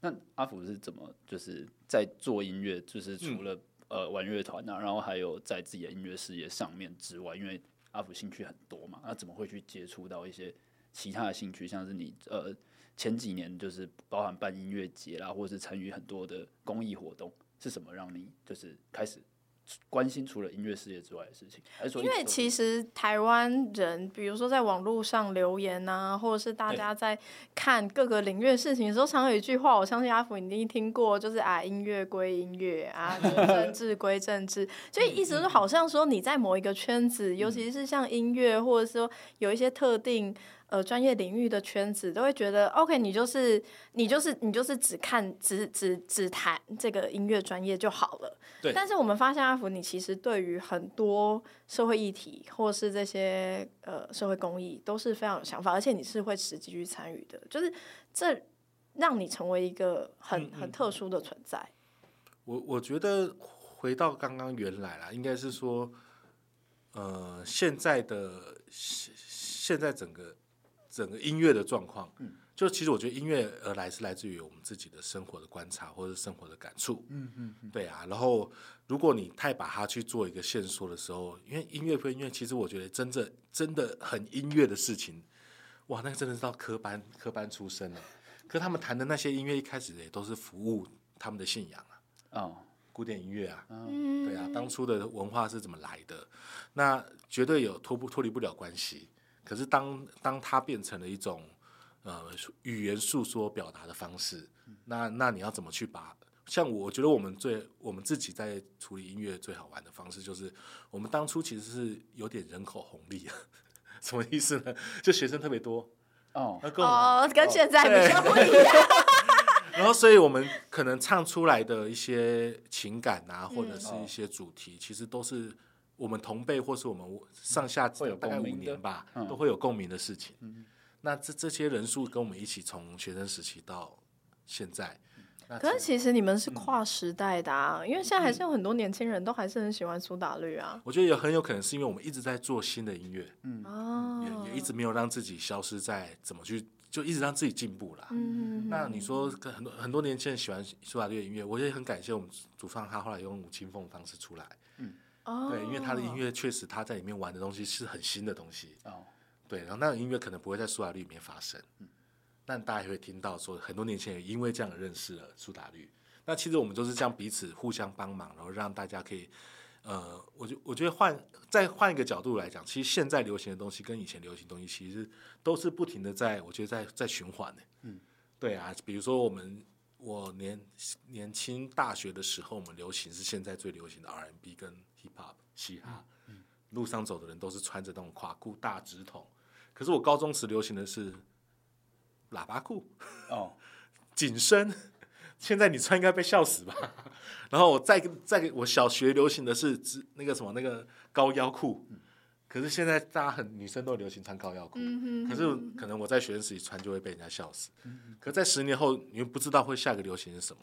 Speaker 1: 那阿福是怎么就是在做音乐，就是除了、呃玩乐团啊，然后还有在自己的音乐事业上面之外，因为阿福兴趣很多嘛，那怎么会去接触到一些其他的兴趣，像是你呃前几年就是包含办音乐节啦，或是参与很多的公益活动，是什么让你就是开始关心除了音乐事业之外的事情？还是说
Speaker 2: 因为其
Speaker 1: 实
Speaker 2: 实台湾人，比如说在网络上留言啊，或者是大家在看各个领域的事情的时候，常有一句话，我相信阿福你一定听过，就是啊，音乐归音乐啊，就是政治归政治，就意思是好像说你在某一个圈子，尤其是像音乐，或者说有一些特定。呃，专业领域的圈子都会觉得，OK，你就是你就是你就是只看只只只谈这个音乐专业就好了。
Speaker 3: 对
Speaker 2: 但是我们发现阿福，你其实对于很多社会议题或是这些呃社会公益都是非常有想法，而且你是会实际去参与的，就是这让你成为一个很
Speaker 3: 嗯嗯
Speaker 2: 很特殊的存在。
Speaker 3: 我我觉得回到刚刚原来啦，应该是说，呃，现在的现现在整个整个音乐的状况，嗯，就其实我觉得音乐而来是来自于我们自己的生活的观察或者是生活的感触，嗯嗯，对啊。然后如果你太把它去做一个线索的时候，因为音乐归音乐，其实我觉得真正真的很音乐的事情，哇，那个真的是到科班科班出身的。可他们弹的那些音乐一开始也都是服务他们的信仰啊。
Speaker 1: 哦，
Speaker 3: 古典音乐啊，
Speaker 2: 嗯
Speaker 3: 对啊，当初的文化是怎么来的？那绝对有脱不脱离不了关系。可是当当它变成了一种呃语言诉说表达的方式，那那你要怎么去把？像我觉得我们最我们自己在处理音乐最好玩的方式，就是我们当初其实是有点人口红利啊，什么意思呢？就学生特别多，
Speaker 1: 哦，
Speaker 3: 那跟我们
Speaker 2: 哦，跟现在比较不 一样。
Speaker 3: 然后，所以我们可能唱出来的一些情感啊，或者
Speaker 1: 嗯
Speaker 3: 是一些主题，其实都是我们同辈或是我们上下
Speaker 1: 会有
Speaker 3: 大概
Speaker 1: 共
Speaker 3: 五
Speaker 1: 鸣的
Speaker 3: 年吧，
Speaker 1: 嗯
Speaker 3: 都会有共鸣的事情。那这这些人数跟我们一起从学生时期到现在，
Speaker 1: 嗯
Speaker 3: 那
Speaker 2: 可是其实你们是跨时代的啊，因为现在还是有很
Speaker 3: 嗯
Speaker 2: 多年轻人都还是很喜欢苏打绿啊。
Speaker 3: 我觉得也很有可能是因为我们一直在做新的音乐，
Speaker 1: 嗯
Speaker 2: 哦，
Speaker 3: 也也一直没有让自己消失在怎么去，就一直让自己进步啦。
Speaker 2: 嗯，
Speaker 3: 那你说跟很多很多年轻人喜欢苏打绿的音乐，我也很感谢我们主唱他后来用吴青凤的方式出来。
Speaker 2: 哦，
Speaker 3: 对，因为他的音乐确实他在里面玩的东西是很新的东西，
Speaker 1: 哦，
Speaker 3: 对，然后那种音乐可能不会在苏打绿里面发生，但大家也会听到说很多年前也因为这样认识了苏打绿。那其实我们都是这样彼此互相帮忙，然后让大家可以，呃，我觉我觉得换再换一个角度来讲，其实现在流行的东西跟以前流行的东西其实都是不停的在，我觉得在在循环的。嗯，对啊，比如说我们我年年轻大学的时候，我们流行是现在最流行的 R&B 跟 Hip Hop 嘻哈，路上走的人都是穿着那种垮裤大直筒，可是我高中时流行的是喇叭裤、
Speaker 1: 哦，
Speaker 3: 紧身， 现在你穿应该被笑死吧？ 然后我再再我小学流行的是直那个什么那个高腰裤，可是现在大家很女生都流行穿高腰裤，
Speaker 2: 嗯哼
Speaker 3: 可是可能我在学生时期穿就会被人家笑死，可在十年后你又不知道会下一个流行是什么，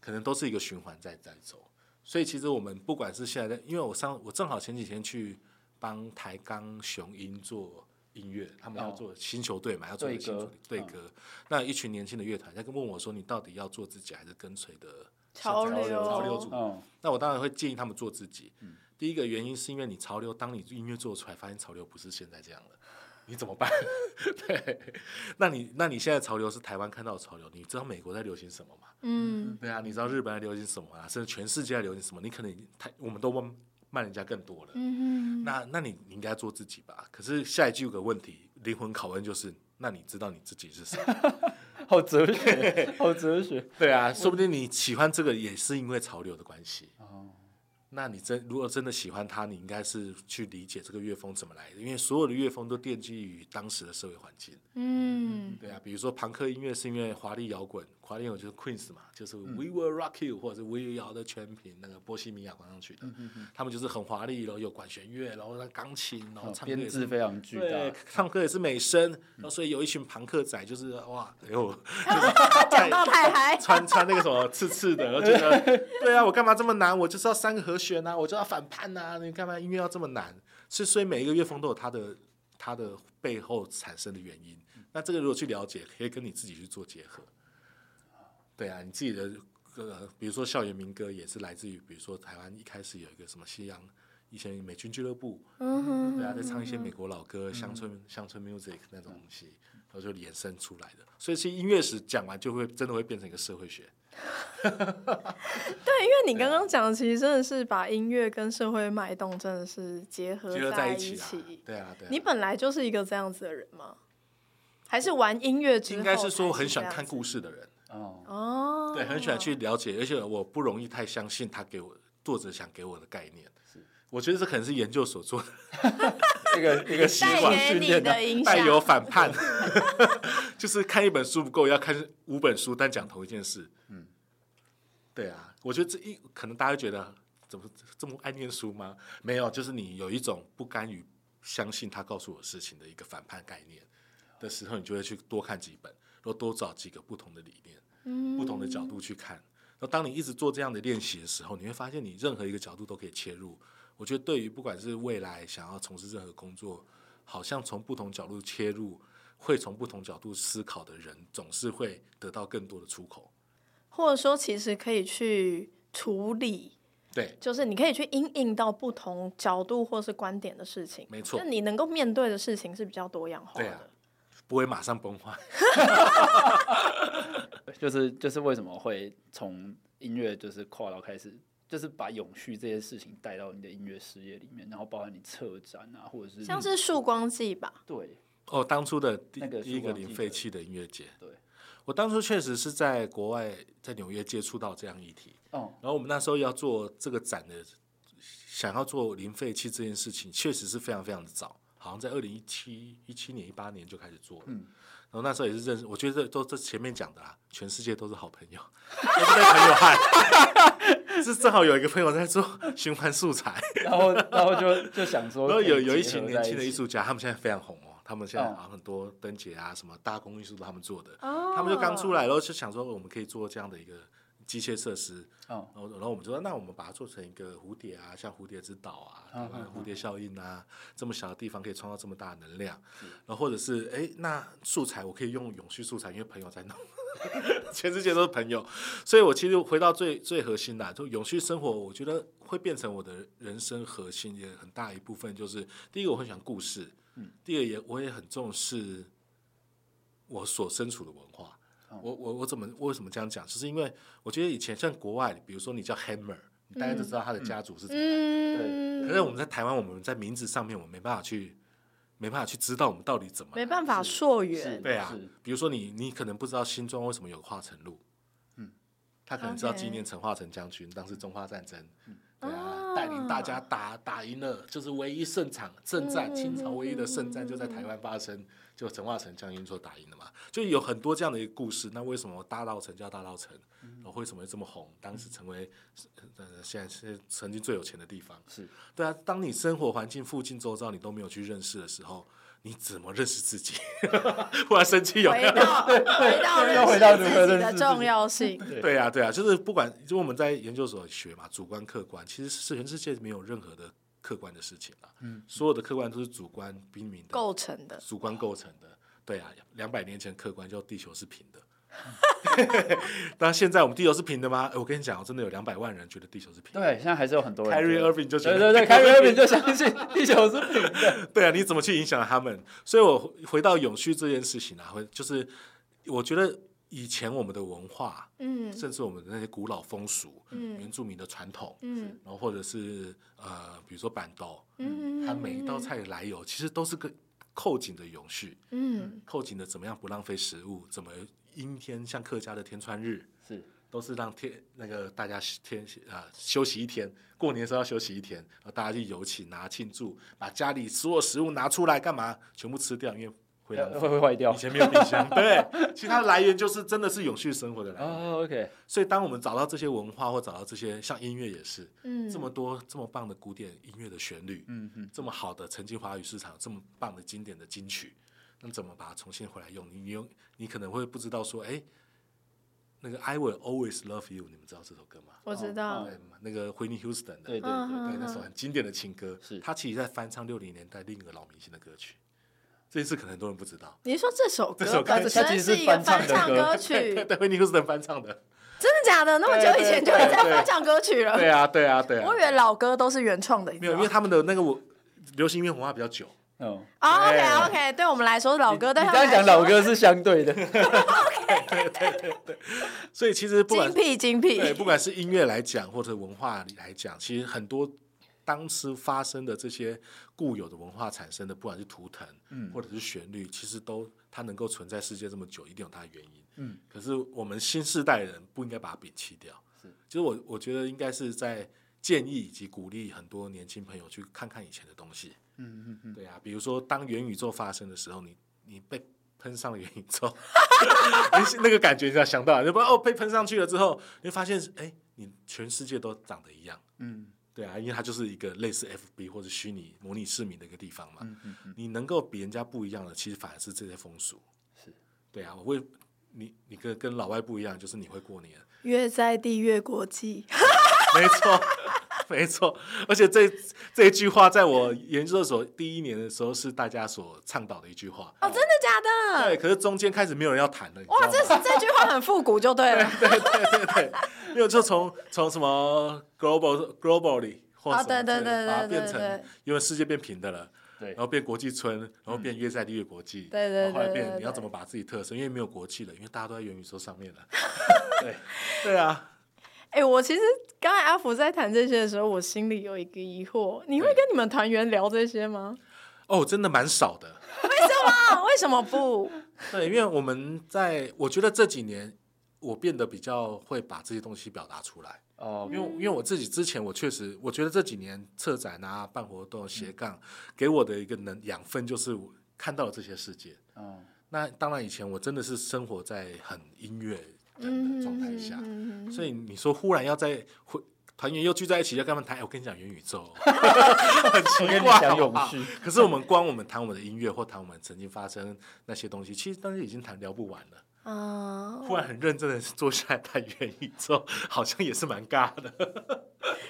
Speaker 3: 可能都是一个循环在在走。所以其实我们不管是现在在，因为我上我正好前几天去帮台钢雄鹰做音乐，他们要
Speaker 1: 哦
Speaker 3: 做新球队嘛，要做一个新
Speaker 1: 对
Speaker 3: 球
Speaker 1: 歌
Speaker 3: 队对
Speaker 1: 嗯
Speaker 3: 歌，那一群年轻的乐团，他跟问我说，你到底要做自己还是跟随的
Speaker 2: 潮
Speaker 3: 现在
Speaker 2: 流
Speaker 3: 潮流主流？
Speaker 1: 嗯，
Speaker 3: 那我当然会建议他们做自己。第一个原因是因为你潮流，当你音乐做出来，发现潮流不是现在这样了，你怎么办？ 对，那你那你现在潮流是台湾看到的潮流，你知道美国在流行什么吗？
Speaker 2: 嗯，
Speaker 3: 对啊，你知道日本在流行什么啊？甚至全世界在流行什么？你可能台我们都慢慢人家更多了。
Speaker 2: 嗯
Speaker 3: 那那你你应该做自己吧。可是下一句有个问题，灵魂拷问就是：那你知道你自己是谁？
Speaker 1: 好哲学， 好哲学。
Speaker 3: 对啊，说不定你喜欢这个也是因为潮流的关系。
Speaker 1: 哦，
Speaker 3: 那你真如果真的喜欢它，你应该是去理解这个乐风怎么来的，因为所有的乐风都奠基于当时的社会环境。
Speaker 2: 嗯，
Speaker 3: 对啊，比如说朋克音乐是因为华丽摇滚，华丽摇滚就是 Queen 嘛，就是 We Will Rock You 或者是 We 摇的全屏那个波西米亚狂想曲的，他们就是很华丽，然后有管弦乐，然后那钢琴，然后
Speaker 1: 哦
Speaker 3: 唱歌
Speaker 1: 编
Speaker 3: 也
Speaker 1: 制
Speaker 3: 是。
Speaker 1: 非常巨
Speaker 3: 对
Speaker 1: 大，，
Speaker 3: 唱歌也是美声，然后所以有一群朋克仔就是哇，哎呦，
Speaker 2: 讲到哦太嗨，
Speaker 3: 穿穿那个什么刺刺的，然后觉得对啊，我干嘛这么难？我就是要三个和弦啊，我就要反叛啊，你干嘛音乐要这么难？是所以每一个乐风都有它的它的背后产生的原因。那这个如果去了解，可以跟你自己去做结合。对啊，你自己的呃，比如说校园民歌也是来自于，比如说台湾一开始有一个什么西洋。以前美军俱乐部，
Speaker 2: 嗯哼，嗯
Speaker 3: 对啊，在唱一些美国老歌、乡村乡村 music 那种东西，然后就衍生出来的。所以其实音乐史讲完，就会真的会变成一个社会学。
Speaker 2: 对，因为你
Speaker 3: 啊
Speaker 2: 刚刚讲，其实真的是把音乐跟社会脉动真的是结合
Speaker 3: 结合
Speaker 2: 在
Speaker 3: 在一
Speaker 2: 起。
Speaker 3: 起啊，对啊，对啊。
Speaker 2: 你本来就是一个这样子的人吗？还是玩音乐之后
Speaker 3: 应该是说我很喜
Speaker 2: 喜
Speaker 3: 欢
Speaker 2: 欢
Speaker 3: 看故事的人，
Speaker 1: 哦，
Speaker 2: 哦，
Speaker 3: 对，很喜欢去了解，而且我不容易太相信他给我作者想给我的概念。我觉得这可能是研究所做的
Speaker 1: 这个这个习
Speaker 2: 带
Speaker 1: 惯
Speaker 2: 给
Speaker 1: 训
Speaker 2: 你
Speaker 1: 练啊
Speaker 2: 的影响
Speaker 3: 带。有反叛， 就是看一本书不够，要看五本书，但讲同一件事。嗯，对啊，我觉得这一可能大家会觉得怎么这么爱念书吗？没有，就是你有一种不甘于相信他告诉我事情的一个反叛概念的时候，你就会去多看几本，然后多找几个不同的理念。
Speaker 2: 嗯
Speaker 3: 不同的角度去看。那当你一直做这样的练习的时候，你会发现你任何一个角度都可以切入。我觉得对于不管是未来想要从事任何工作，好像从不同角度切入，会从不同角度思考的人，总是会得到更多的出口。
Speaker 2: 或者说其实可以去处理，
Speaker 3: 对，
Speaker 2: 就是你可以去因应到不同角度或是观点的事情。
Speaker 3: 没错
Speaker 2: 就你能够面对的事情是比较多样化
Speaker 3: 对
Speaker 2: 的。
Speaker 3: 啊不会马上崩坏。
Speaker 1: 就是就是为什么会从音乐就是跨到开始，就是把永续这些事情带到你的音乐事业里面，然后包含你策展啊，或者
Speaker 3: 嗯
Speaker 1: 是
Speaker 2: 像是曙光记吧，
Speaker 1: 对
Speaker 3: 哦，当初的第
Speaker 1: 那个
Speaker 3: 第一
Speaker 1: 曙
Speaker 3: 个
Speaker 1: 光
Speaker 3: 零
Speaker 1: 记
Speaker 3: 废
Speaker 1: 得
Speaker 3: 弃的音乐节，
Speaker 1: 对，
Speaker 3: 我当初确实是在国外，在纽约接触到这样议题。
Speaker 1: 哦
Speaker 3: 然后我们那时候要做这个展的，想要做零废弃这件事情，确实是非常非常的早，好像在二零一七一七年、一八年就开始做了。
Speaker 1: 嗯
Speaker 3: 然后那时候也是认识，我觉得都这前面讲的啊，全世界都是好朋友， 都是被朋友害。 是正好有一个朋友在做循环素材，
Speaker 1: 然后然后就就想说，
Speaker 3: 然后有有
Speaker 1: 一
Speaker 3: 一群年轻的艺术家，他们现在非常红哦，他们现在
Speaker 1: 嗯
Speaker 3: 好像很多灯节啊、什么大公艺术都他们做的，
Speaker 2: 哦
Speaker 3: 他们就刚出来，然后就想说我们可以做这样的一个机械设施，
Speaker 1: 哦
Speaker 3: 然后然后我们就说那我们把它做成一个蝴蝶啊，像蝴蝶之岛啊，
Speaker 1: 嗯
Speaker 3: 台湾蝴蝶效应啊，这么小的地方可以创造这么大的能量，然后或者是哎那素材我可以用永续素材，因为朋友在弄。 全世界都是朋友，所以我其实回到最最核心的，啊就永续生活，我觉得会变成我的人生核心，也很大一部分就是第一个我很喜欢故事，嗯，第二也我也很重视我所身处的文化。我我我怎么我为什么这样讲？就是因为我觉得以前像国外，比如说你叫 Hammer，你大家都知道他的家族是怎么样，
Speaker 2: 嗯，
Speaker 3: 可是我们在台湾，我们在名字上面我们没办法去没办法去知道我们到底怎么来
Speaker 2: 没办法溯源
Speaker 1: 是。
Speaker 3: 对啊
Speaker 1: 是，
Speaker 3: 比如说你你可能不知道新庄为什么有化成路，他可能知道纪念陈化成将军当时中化战争，对啊，
Speaker 2: 啊
Speaker 3: 带领大家打打赢了，就是唯一胜场圣战，清朝唯一的圣战就在台湾发生，就陈化成将军所打赢了嘛，就有很多这样的一个故事。那为什么大稻城叫大稻城，然后为什么会这么红？当时成为呃现在是曾经最有钱的地方，
Speaker 1: 是
Speaker 3: 对啊，当你生活环境附近周遭你都没有去认识的时候，你怎么认识自己？ 忽然生气有没
Speaker 2: 回
Speaker 3: 有？
Speaker 2: 到回到认
Speaker 1: 要回到
Speaker 2: 识
Speaker 1: 如何
Speaker 2: 自己
Speaker 1: 认
Speaker 2: 的
Speaker 1: 识自己
Speaker 2: 重要性。
Speaker 3: 对啊，对啊，就是不管，就我们在研究所学嘛，主观客观，其实是全世界没有任何的客观的事情啦。嗯，所有的客观都是主观冰明的，
Speaker 2: 构成的，
Speaker 3: 主观构成的。对啊，两百年前客观叫地球是平的，
Speaker 1: 嗯
Speaker 3: 那现在我们地球是平的吗？哎我跟你讲哦，真的有两百万人觉得地球是平的。
Speaker 1: 对，现在还是有很多人觉
Speaker 3: Kyrie
Speaker 1: 得。
Speaker 3: Irving 就觉
Speaker 1: 对
Speaker 3: 得
Speaker 1: 对对
Speaker 3: 地球是
Speaker 1: ，Kyrie
Speaker 3: 平的
Speaker 1: Irving 就相信地球是平的。
Speaker 3: 对啊，你怎么去影响他们？所以我回回到永续这件事情啊，会就是我觉得以前我们的文化，
Speaker 2: 嗯
Speaker 3: 甚至我们的那些古老风俗、
Speaker 2: 嗯
Speaker 3: 原住民的传统，
Speaker 2: 嗯
Speaker 3: 然后或者是呃，比如说板豆，
Speaker 2: 嗯，
Speaker 3: 它每一道菜的来由，其实都是跟扣紧的永续，
Speaker 2: 嗯，
Speaker 3: 扣紧的怎么样不浪费食物，怎么阴天，像客家的天穿日。
Speaker 1: 是，
Speaker 3: 都是让天那个大家休天啊、休息一天，过年的时候要休息一天，然后大家去游请拿庆祝，把家里所有食物拿出来干嘛？全部吃掉，因为会浪
Speaker 1: 会
Speaker 3: 费。
Speaker 1: 会坏掉
Speaker 3: 以。前没有冰箱，对，其实它的来源就是真的是永续生活的 来源。
Speaker 1: 哦，OK，
Speaker 3: 所以当我们找到这些文化或找到这些像音乐也是，
Speaker 2: 嗯
Speaker 3: 这么多这么棒的古典音乐的旋律，
Speaker 1: 嗯嗯，
Speaker 3: 这么好的曾经华语市场这么棒的经典的金曲，那怎么把它重新回来用？你你用你可能会不知道说，哎，那个 I will always love you，你们知道这首歌吗？
Speaker 2: 我知道
Speaker 1: 哦，
Speaker 3: 对，那个 Whitney Houston 的，
Speaker 1: 对对
Speaker 3: 对，
Speaker 1: 对，
Speaker 2: 嗯
Speaker 3: 那首很经典的情歌，
Speaker 1: 是
Speaker 3: 他其实在翻唱六零年代另一个老明星的歌曲，这一次可能很多人不知道，
Speaker 2: 你说这首
Speaker 3: 这
Speaker 2: 歌
Speaker 3: 首歌
Speaker 2: 本
Speaker 1: 它
Speaker 2: 身
Speaker 1: 其实是
Speaker 2: 一个
Speaker 1: 翻唱
Speaker 2: 翻
Speaker 1: 的
Speaker 2: 唱
Speaker 1: 歌
Speaker 2: 歌
Speaker 3: 对
Speaker 2: 曲，
Speaker 3: 对，Whitney Houston 翻唱的，
Speaker 2: 真的假的？那么久以前就已经在
Speaker 3: 对对对
Speaker 2: 翻唱歌曲了？
Speaker 3: 对啊，对啊，对啊
Speaker 2: 我以，为老歌都是原创的，你知
Speaker 3: 没有，
Speaker 2: 道
Speaker 3: 因
Speaker 2: 吗
Speaker 3: 为？他们的那个我流行音乐文化比较久，
Speaker 1: 嗯，
Speaker 2: 哦
Speaker 3: 对
Speaker 2: ，OK OK，对我们来说老歌，对
Speaker 1: 你
Speaker 2: 他
Speaker 1: 这
Speaker 2: 们
Speaker 1: 样讲
Speaker 2: 来
Speaker 1: 老
Speaker 2: 说
Speaker 1: 歌是相对 的，
Speaker 3: 所以其实不管
Speaker 2: 精辟精
Speaker 3: 对，
Speaker 2: 辟，
Speaker 3: 不管是音乐来讲，或者文化来讲，其实很多当时发生的这些固有的文化产生的，不管是图腾，
Speaker 1: 嗯
Speaker 3: 或者是旋律，其实都它能够存在世界这么久，一定有它的原因。
Speaker 1: 嗯，
Speaker 3: 可是我们新世代人不应该把它摒弃掉。
Speaker 1: 是，
Speaker 3: 其实我我觉得应该是在建议以及鼓励很多年轻朋友去看看以前的东西。
Speaker 1: 嗯嗯嗯，
Speaker 3: 对啊，比如说当元宇宙发生的时候，你你被喷上了元宇宙，你那个感觉你要想到，就不哦被喷上去了之后，你会发现哎，你全世界都长得一样。
Speaker 1: 嗯
Speaker 3: 对啊，因为它就是一个类似 FB 或者虚拟模拟市民的一个地方嘛。
Speaker 1: 嗯嗯嗯，
Speaker 3: 你能够比人家不一样的，其实反而是这些风俗。
Speaker 1: 是，
Speaker 3: 对啊，我会你你跟跟老外不一样，就是你会过年，
Speaker 2: 越在地越国际，
Speaker 3: 没错， 没错。而且这这一句话，在我研究所第一年的时候，是大家所倡导的一句话。
Speaker 2: 哦，真的假的？
Speaker 3: 哎对，可是中间开始没有人要谈了，你知
Speaker 2: 哇，
Speaker 3: 道
Speaker 2: 这
Speaker 3: 吗？
Speaker 2: 这句话很复古就 对了。
Speaker 3: 没有，就从从什么 global globally 或
Speaker 2: 哦
Speaker 3: 什么
Speaker 2: 对对
Speaker 3: 之类的
Speaker 2: 对
Speaker 3: 把它
Speaker 2: 对
Speaker 3: 变
Speaker 2: 对对
Speaker 3: 成，因为世界变平的了。
Speaker 1: 对
Speaker 3: 然，后变国际村，然后变越在地越国际，
Speaker 2: 对对
Speaker 3: 然后后来
Speaker 2: 对对
Speaker 3: 变你要
Speaker 2: 对
Speaker 3: 怎么把自己特色，因为没有国际了，因为大家都在元宇宙上面了，
Speaker 1: 对，
Speaker 3: 对啊，
Speaker 2: 哎、我其实刚才阿福在谈这些的时候，我心里有一个疑惑：你会跟你们团员聊这些 吗？
Speaker 3: 哦，真的蛮少的，
Speaker 2: 啊，为什么不？
Speaker 3: 对，因为我们在，我觉得这几年我变得比较会把这些东西表达出来，
Speaker 1: 哦
Speaker 3: 因，为因为我自己之前我确实，我觉得这几年策展啊、办活
Speaker 2: 嗯
Speaker 3: 动、斜杠给我的一个能养分就是我看到了这些世界，
Speaker 1: 哦，
Speaker 3: 那当然以前我真的是生活在很音乐
Speaker 2: 嗯
Speaker 3: 人的状态下。
Speaker 2: 嗯
Speaker 3: 所以你说忽然要在回团员又聚在一起要跟他们谈，哎我跟你讲元宇 宙，很奇
Speaker 1: 我跟你
Speaker 3: 怪，
Speaker 1: 讲
Speaker 3: 好不
Speaker 1: 永
Speaker 3: 好
Speaker 1: 续，
Speaker 3: 可是我们光我们谈我们的音乐或谈我们曾经发生那些东西，其实当时已经谈聊不完了。
Speaker 2: 啊，
Speaker 3: 忽然很认真的坐下来谈元宇宙，好像也是蛮尬的。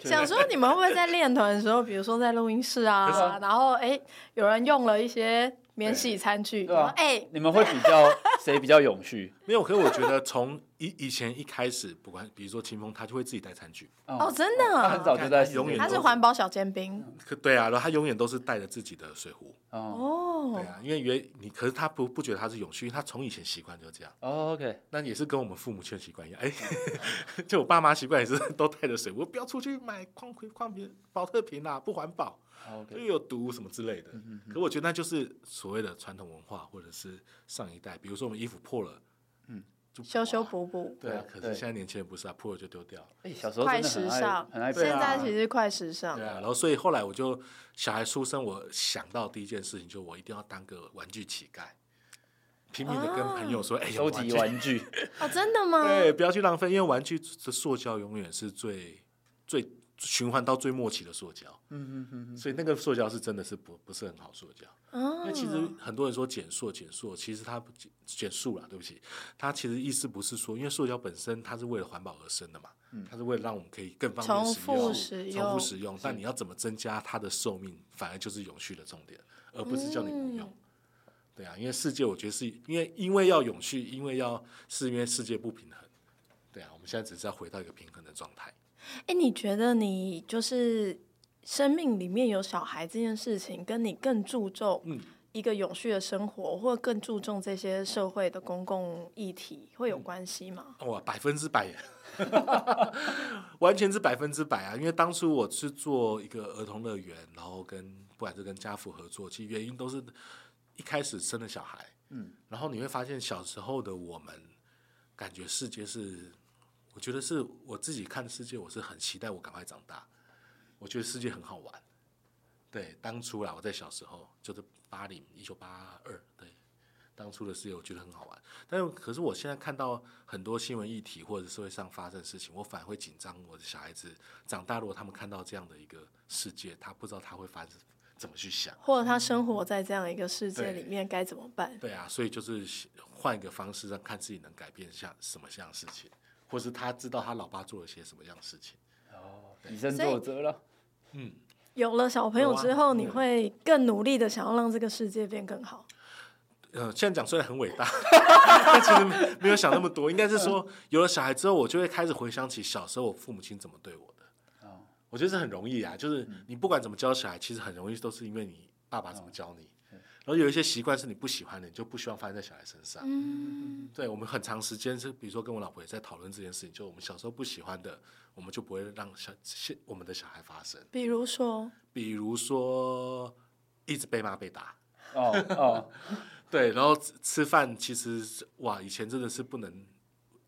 Speaker 2: 想说你们会不会在练团的时候，比如说在录音室
Speaker 1: 可是
Speaker 2: 啊，然后哎、有人用了一些免洗餐具，
Speaker 1: 对啊
Speaker 2: 然后哎、
Speaker 1: 你们会比较谁比较永续？
Speaker 3: 没有，可是我觉得从以以前一开始，不管比如说清风，他就会自己带餐具，
Speaker 2: 哦，真的
Speaker 1: 他很
Speaker 2: 啊，
Speaker 1: 早嗯就在实践，
Speaker 3: 永远
Speaker 2: 他
Speaker 3: 都
Speaker 2: 是环保小尖兵
Speaker 3: 可对啊，然后他永远都是带着自己的水壶，
Speaker 1: 哦
Speaker 2: 哦
Speaker 3: 对，啊，因为原你可是他不不觉得他是永续，因为他从以前习惯就这样。
Speaker 1: 哦，OK，
Speaker 3: 那也是跟我们父母圈习惯一样，哎、 就我爸妈习惯也是都带着水，我不要出去买矿泉矿瓶、保特瓶啦、不环保，
Speaker 1: 好
Speaker 3: 又
Speaker 1: OK，
Speaker 3: 有毒什么之类的。可我觉得那就是所谓的传统文化，或者是上一代，比如说我们衣服破了，
Speaker 1: 嗯，
Speaker 3: 就
Speaker 2: 修修
Speaker 3: 啊。
Speaker 2: 补补，
Speaker 3: 对啊，可
Speaker 1: 对
Speaker 3: 是现在年轻人不是啊，破了就丢掉。
Speaker 1: 哎，小时候真的很
Speaker 2: 快时
Speaker 1: 爱
Speaker 2: 尚
Speaker 1: 很爱
Speaker 3: 对
Speaker 1: 背
Speaker 2: 现
Speaker 3: 啊
Speaker 2: 在其实快时尚
Speaker 3: 对，啊，然后所以后来我就小孩出生，我想到第一件事情就我一定要当个玩具乞丐，拼命的跟朋友说，哎、有
Speaker 1: 啊收集
Speaker 3: 具
Speaker 1: 玩 具，
Speaker 2: 哦，真的吗？
Speaker 3: 对，不要去浪费，因为玩具的塑胶永远是最最循环到最末期的塑胶，
Speaker 1: 嗯嗯嗯，
Speaker 3: 所以那个塑胶是真的是不不是很好塑胶。因
Speaker 2: 哦
Speaker 3: 为其实很多人说减塑减塑，其实它不减减塑啦，对不起，它其实意思不是说，因为塑胶本身它是为了环保而生的嘛，它是为了让我们可以更方便
Speaker 2: 嗯重
Speaker 3: 使
Speaker 2: 复
Speaker 3: 用、
Speaker 2: 使
Speaker 3: 重
Speaker 2: 用
Speaker 3: 复，使用。但你要怎么增加它的寿命，反而就是永续的重点，而不是叫你不
Speaker 2: 嗯
Speaker 3: 用。对啊，因为世界我觉得是因为因为要永续，因为要是因为世界不平衡。对啊，我们现在只是要回到一个平衡的状态。
Speaker 2: 哎，你觉得你就是生命里面有小孩这件事情，跟你更注重
Speaker 3: 嗯
Speaker 2: 一个永续的生活，或更注重这些社会的公共议题，会
Speaker 3: 嗯
Speaker 2: 有关系吗？
Speaker 3: 哇，哦百分之百耶， 完全是百分之百啊！因为当初我是做一个儿童乐园，然后跟不管是跟家父合作，其实原因都是一开始生了小孩，
Speaker 1: 嗯，
Speaker 3: 然后你会发现小时候的我们，感觉世界是，我觉得是我自己看世界，我是很期待我赶快长大，我觉得世界很好玩。对，当初啦，我在小时候就是八零一九八二，对，当初的世界我觉得很好玩。但是可是我现在看到很多新闻议题或者社会上发生的事情，我反而会紧张。我的小孩子长大，如果他们看到这样的一个世界，他不知道他会发生怎么去想。
Speaker 2: 或者他生活在这样一个世界里
Speaker 3: 对
Speaker 2: 面该怎么办？
Speaker 3: 对啊，所以就是换一个方式，让看自己能改变下什么样的事情，或是他知道他老爸做了些什么样的事情。
Speaker 1: 哦，以身
Speaker 2: 所以
Speaker 1: 作则了。
Speaker 3: 嗯，
Speaker 2: 有了小朋友
Speaker 3: 有啊
Speaker 2: 之后，你
Speaker 3: 对
Speaker 2: 会更努力的想要让这个世界变更好。
Speaker 3: 呃，现在讲虽然很伟大， 但其实没有想那么多。应该是说，有了小孩之后，我就会开始回想起小时候我父母亲怎么对我的。
Speaker 1: 哦
Speaker 3: 我觉得是很容易啊，就是你不管怎么教小孩，其实很容易都是因为你爸爸怎么教你。然后有一些习惯是你不喜欢的，你就不希望发生在小孩身上。
Speaker 2: 嗯，
Speaker 3: 对我们很长时间是，比如说跟我老婆也在讨论这件事情，就我们小时候不喜欢的，我们就不会让小现我们的小孩发生。
Speaker 2: 比如说，
Speaker 3: 比如说，一直被骂被打，
Speaker 1: 哦哦，
Speaker 3: 对，然后吃吃饭其实是哇，以前真的是不能，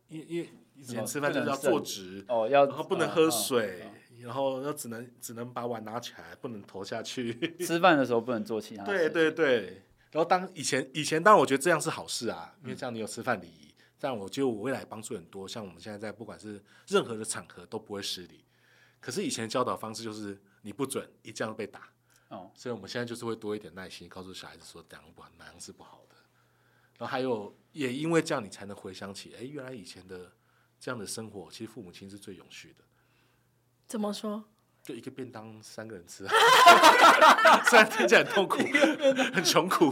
Speaker 3: 因因为以前吃饭就是要坐直，
Speaker 1: 哦，要
Speaker 3: 然后不能
Speaker 1: 哦
Speaker 3: 喝
Speaker 1: 哦
Speaker 3: 水，
Speaker 1: 哦
Speaker 3: 然后要只能只能把碗拿起来，不能投下去。
Speaker 1: 吃饭的时候不能做其他
Speaker 3: 对
Speaker 1: 事。
Speaker 3: 对对，然后当以前以前，当然我觉得这样是好事啊，因为这样你有吃饭礼仪。但我觉得我未来帮助很多，像我们现在在不管是任何的场合都不会失礼。可是以前教导方式就是你不准一这样被打，
Speaker 1: 哦，
Speaker 3: 所以我们现在就是会多一点耐心，告诉小孩子说怎样不好哪样是不好的。然后还有，也因为这样，你才能回想起，哎，原来以前的这样的生活，其实父母亲是最永续的，
Speaker 2: 怎么说？
Speaker 3: 就一个便当三个人吃、啊， 虽然听起来很痛苦，很穷苦，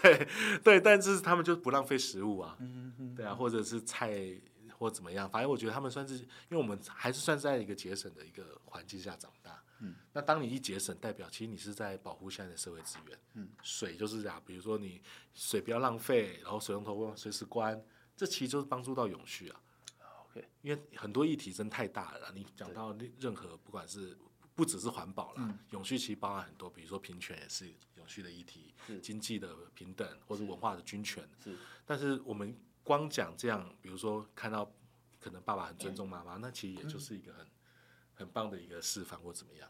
Speaker 3: 对对，但是他们就不浪费食物啊，
Speaker 1: 嗯
Speaker 3: 对啊，或者是菜或怎么样，反正我觉得他们算是，因为我们还是算是在一个节省的一个环境下长大。嗯，那当你一节省，代表其实你是在保护现在的社会资源。嗯，水就是这样，比如说你水不要浪费，然后水龙头不要随时关，这其实就是帮助到永续啊。
Speaker 1: OK
Speaker 3: 因为很多议题真太大了啦，你讲到任何不管是不只是环保啦，永续其实包含很多，比如说平权也是永续的议题
Speaker 1: 是，
Speaker 3: 经济的平等或者文化的均权，
Speaker 1: 是
Speaker 3: 但是我们光讲这样，比如说看到可能爸爸很尊重妈妈，那其实也就是一个很、很棒的一个示范或怎么样，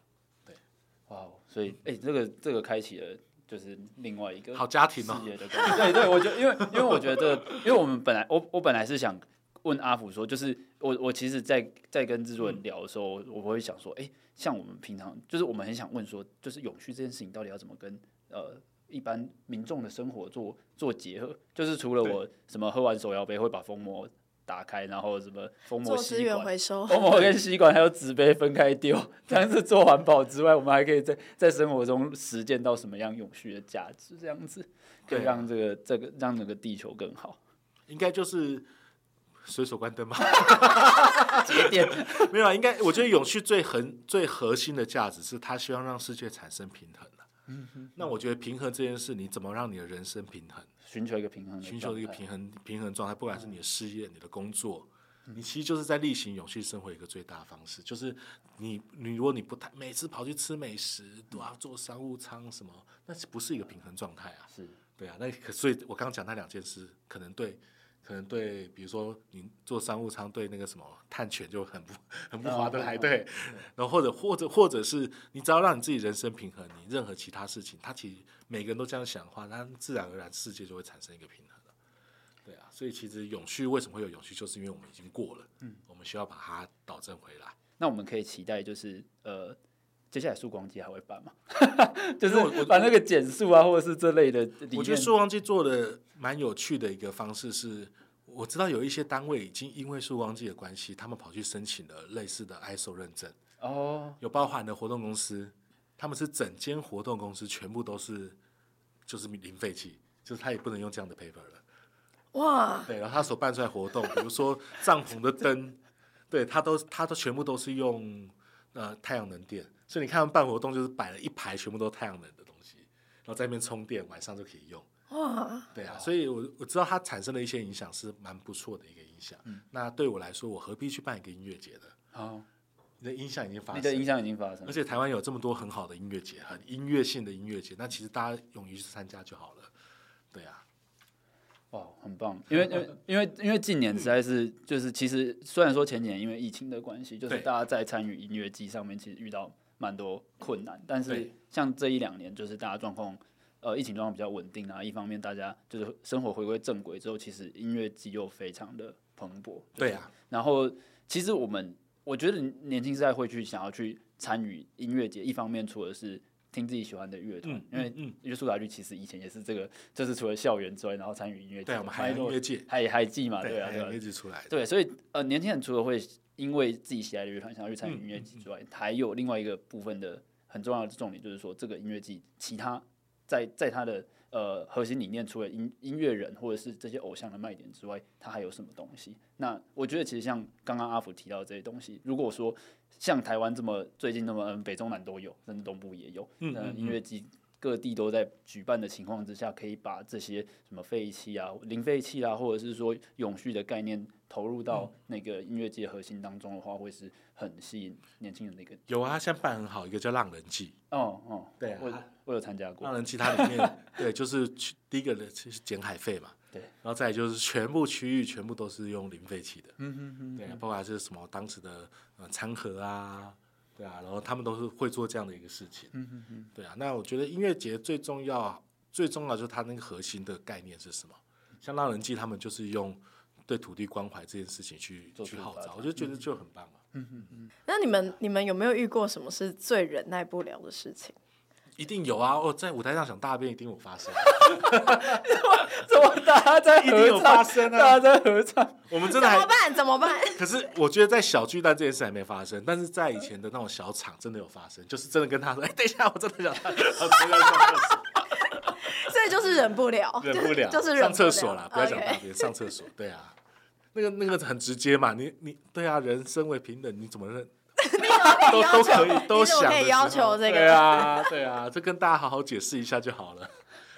Speaker 1: 哇哦，所以哎、这个这个开启了就是另外一个
Speaker 3: 好家庭
Speaker 1: 世
Speaker 3: 哦，
Speaker 1: 界的观念。对对，我觉得因为因为我觉得，因为我们本来我我本来是想问阿福说，就是我我其实在，在跟制作人聊的时候，我我会想说，哎、像我们平常就是我们很想问说，就是永续这件事情到底要怎么跟呃。一般民众的生活做做结合，就是除了我什么喝完手摇杯会把封膜打开，然后什么封
Speaker 3: 嗯
Speaker 1: 膜
Speaker 2: 做
Speaker 1: 吸
Speaker 2: 资源
Speaker 1: 管
Speaker 2: 回收。
Speaker 1: 封膜跟吸管还有纸杯分开丢，这样子做环保之外，我们还可以在在生活中实践到什么样永续的价值，这样子可
Speaker 3: 对啊
Speaker 1: 以让这个这个让整个地球更好。
Speaker 3: 应该就是随手关灯吧。
Speaker 1: 节点，
Speaker 3: 没有啊，应该我觉得永续最核最核心的价值是，他希望让世界产生平衡啊那我觉得平衡这件事，你怎么让你的人生平衡？
Speaker 1: 寻求一个平衡，
Speaker 3: 寻求一个
Speaker 1: 衡。
Speaker 3: 平衡平衡状态，不管是你的事业、你的工作，你其实就是在例行永续生活一个最大的方式，就是你你如果你不太每次跑去吃美食，都要坐商务舱什么，那是不是一个平衡状态啊？
Speaker 1: 是，
Speaker 3: 对啊，那可所以，我刚刚讲那两件事，可能对，可能对，比如说你做商务舱对那个什么碳权就很不 很不划得来，对。然后或者或者或者是你只要让你自己人生平衡，你任何其他事情，它其实每个人都这样想的话，那自然而然世界就会产生一个平衡了。对啊，所以其实永续为什么会有永续，就是因为我们已经过了，嗯，我们需要把它导正回来。
Speaker 1: 那我们可以期待就是呃，接下来曙光机还会办吗？ 就
Speaker 3: 因为我
Speaker 1: 是
Speaker 3: 我
Speaker 1: 把那个减速啊，或者是这类的理
Speaker 3: 我觉
Speaker 1: 念，
Speaker 3: 得树光季做的蛮有趣的一个方式是，我知道有一些单位已经因为树光季的关系，他们跑去申请了类似的 ISO 认证，
Speaker 1: 哦，
Speaker 3: 有包含的活动公司，他们是整间活动公司全部都是就是零废弃，就是他也不能用这样的 paper 了。
Speaker 2: 哇，
Speaker 3: 对，然后他所办出来活动，比如说帐篷的灯，对他都他都全部都是用呃太阳能电，所以你看他们办活动就是摆了一排全部都太阳能的东西，然后在那边充电，晚上就可以用。
Speaker 2: 哇，
Speaker 3: 对啊，所以我我知道它产生的一些影响是蛮不错的一个影响。
Speaker 1: 嗯
Speaker 3: 那对我来说，我何必去办一个音乐节呢？
Speaker 1: 好，
Speaker 3: 你的影响已经发
Speaker 1: 你
Speaker 3: 生
Speaker 1: 的影
Speaker 3: 了，
Speaker 1: 响已经发生
Speaker 3: 而
Speaker 1: 了，
Speaker 3: 且台湾有这么多很好的音乐节，很音乐性的音乐节，那其实大家勇于去参加就好了。对啊，
Speaker 1: 哇，很棒！因为因为因为因为近年实在是就是其实虽然说前几年因为疫情的关系，就是
Speaker 3: 对
Speaker 1: 大家在参与音乐季上面其实遇到蛮多困难，但是
Speaker 3: 对
Speaker 1: 像这一两年就是大家状况。呃，疫情状况比较稳定啊，一方面大家就是生活回归正轨之后，其实音乐季又非常的蓬勃。
Speaker 3: 对啊，
Speaker 1: 然后其实我们我觉得年轻时代会去想要去参与音乐节，一方面除了是听自己喜欢的乐团，
Speaker 3: 嗯
Speaker 1: 因为
Speaker 3: 嗯嗯
Speaker 1: 约苏打绿其实以前也是这个，就是除了校园之外，然后参与音乐节，
Speaker 3: 对啊，我们海洋音乐界，
Speaker 1: 还还记嘛，对
Speaker 3: 对
Speaker 1: 啊，
Speaker 3: 海
Speaker 1: 对啊
Speaker 3: 洋音乐，界出来的，
Speaker 1: 对，所以呃，年轻人除了会因为自己喜爱的乐团想要去参与
Speaker 3: 嗯
Speaker 1: 音乐季之外，还有另外一个部分的很重要的重点，就是说这个音乐季其他在在它的呃核心理念，除了音音乐人或者是这些偶像的卖点之外，它还有什么东西？那我觉得其实像刚刚阿福提到的这些东西，如果说像台湾这么最近那么、嗯、北中南都有，甚至东部也有，
Speaker 3: 嗯
Speaker 1: 那
Speaker 3: 嗯
Speaker 1: 音乐季各地都在举办的情况之下，可以把这些什么废弃啊、零废弃啊，或者是说永续的概念投入到那个音乐界核心当中的话，会是很吸引年轻人的一个。
Speaker 3: 有啊，他现在办很好，一个叫浪人季。
Speaker 1: 哦哦，
Speaker 3: 对啊
Speaker 1: 我我有参加过
Speaker 3: 浪，人季它 里面，对，就是去第一个呢是捡海费嘛，
Speaker 1: 对，
Speaker 3: 然后再来就是全部区域全部都是用零废弃的，
Speaker 1: 嗯哼哼，
Speaker 3: 对啊，包括是什么当时的呃餐盒啊，对啊，然后他们都是会做这样的一个事情，
Speaker 1: 嗯哼哼，
Speaker 3: 对啊。那我觉得音乐节最重要，最重要就是它那个核心的概念是什么？像浪人记他们就是用对土地关怀这件事情去
Speaker 1: 做
Speaker 3: 去
Speaker 1: 出嗯
Speaker 3: 号
Speaker 1: 发
Speaker 3: 召，
Speaker 1: 展
Speaker 3: 我就觉得就很棒啊，
Speaker 2: 那你们你们有没有遇过什么是最忍耐不了的事情？
Speaker 3: 一定有啊！哦，在舞台上想大便一定有发 啊生，
Speaker 1: 怎么大家 在
Speaker 3: 一定
Speaker 1: 合
Speaker 3: 有发
Speaker 1: 唱？
Speaker 3: 生啊！
Speaker 1: 大家在合唱，
Speaker 3: 我们真
Speaker 2: 怎
Speaker 3: 的还
Speaker 2: 么办？怎么办？
Speaker 3: 可是我觉得在小巨蛋这件事还没发生，但是在以前的那种小厂真的有发生，就是真的跟他说：“哎、等一下，我真的想 上，我真的想上厕所，
Speaker 2: 所以就是忍不了，
Speaker 3: 忍不 了，
Speaker 2: 就是忍
Speaker 3: 上
Speaker 2: 不
Speaker 3: 厕所啦，不要讲大
Speaker 2: OK
Speaker 3: 便，上厕所。”对啊，那个那个很直接嘛，你你对啊，人身为平等，你怎么认都
Speaker 2: 要
Speaker 3: 都
Speaker 2: 求
Speaker 3: 可以，都
Speaker 2: 你怎
Speaker 3: 想
Speaker 2: 么
Speaker 3: 的
Speaker 2: 可以
Speaker 3: 时
Speaker 2: 要
Speaker 3: 候
Speaker 2: 求这个
Speaker 3: 对啊，对啊，这跟大家好好解释一下就好了。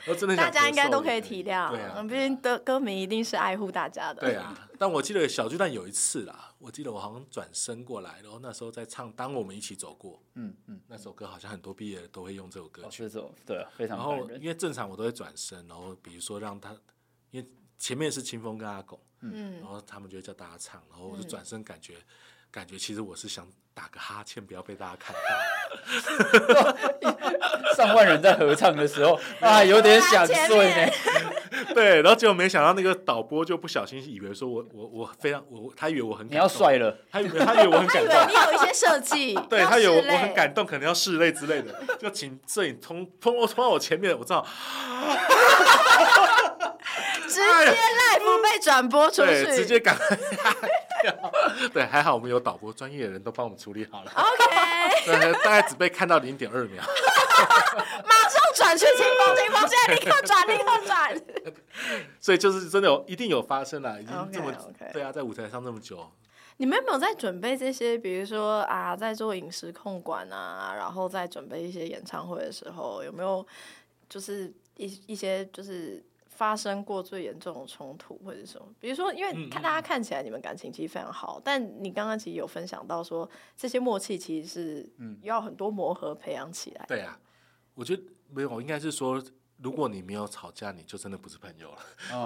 Speaker 3: 我真的想
Speaker 2: 大家应该
Speaker 3: 咳嗽
Speaker 2: 都可以
Speaker 3: 也
Speaker 2: 体谅嗯
Speaker 3: 对啊，，
Speaker 2: 毕
Speaker 3: 对啊
Speaker 2: 竟歌歌迷一定是爱护大家的。
Speaker 3: 对，啊，但我记得小巨蛋有一次啦，我记得我好像转身过来，然后那时候在唱《当我们一起走过》，
Speaker 1: 嗯嗯，
Speaker 3: 那首歌好像很多毕业的都会用这首歌
Speaker 1: 哦
Speaker 3: 曲。
Speaker 1: 这首对啊，非常
Speaker 3: 然
Speaker 1: 感
Speaker 3: 后
Speaker 1: 人，
Speaker 3: 因为正常我都会转身，然后比如说让他，因为前面是清风跟阿狗，然
Speaker 2: 嗯，
Speaker 3: 后他们就会叫大家唱，然后我就转身感觉，感觉其实我是想打个哈欠，不要被大家看到。
Speaker 1: 上万人在合唱的时候啊，有点想
Speaker 2: 前
Speaker 1: 睡
Speaker 2: 面
Speaker 1: 呢。
Speaker 3: 对，然后结果没想到那个导播就不小心以为说我我我非常我我他以为我很
Speaker 1: 你要帅
Speaker 3: 帅，
Speaker 1: 了，
Speaker 3: 他以为他以为我很
Speaker 2: 他以
Speaker 3: 感
Speaker 2: 为
Speaker 3: 动。
Speaker 2: 你有一些设计，
Speaker 3: 对
Speaker 2: 要
Speaker 3: 他有我
Speaker 2: 室内
Speaker 3: 很感动，可能要拭泪之类的，就请摄影冲冲我冲到我前面，我知道
Speaker 2: 直接 live 被转播出去
Speaker 3: 哎对，，直接赶快对，还好我们有导播，专业的人都帮我们处理好 了。
Speaker 2: OK。
Speaker 3: 对大概只被看到零点二秒，
Speaker 2: 马上转去清风，清风现在立刻转，立刻转。
Speaker 3: 所以就是真的有一定有发生了，已 经
Speaker 2: OK，
Speaker 3: 这么
Speaker 2: OK
Speaker 3: 对啊，在舞台上那么久，
Speaker 2: 你们有没有在准备这些？比如说啊，在做饮食控管啊，然后在准备一些演唱会的时候，有没有就是一一些就是发生过最严重的冲突或者什么？比如说，因为
Speaker 3: 嗯
Speaker 2: 看
Speaker 3: 嗯
Speaker 2: 大家看起来你们感情其实非常好，但你刚刚其实有分享到说，这些默契其实是
Speaker 3: 嗯
Speaker 2: 要很多磨合培养起来。
Speaker 3: 对啊，我觉得没有，应该是说，如果你没有吵架，你就真的不是朋友了。
Speaker 1: 哦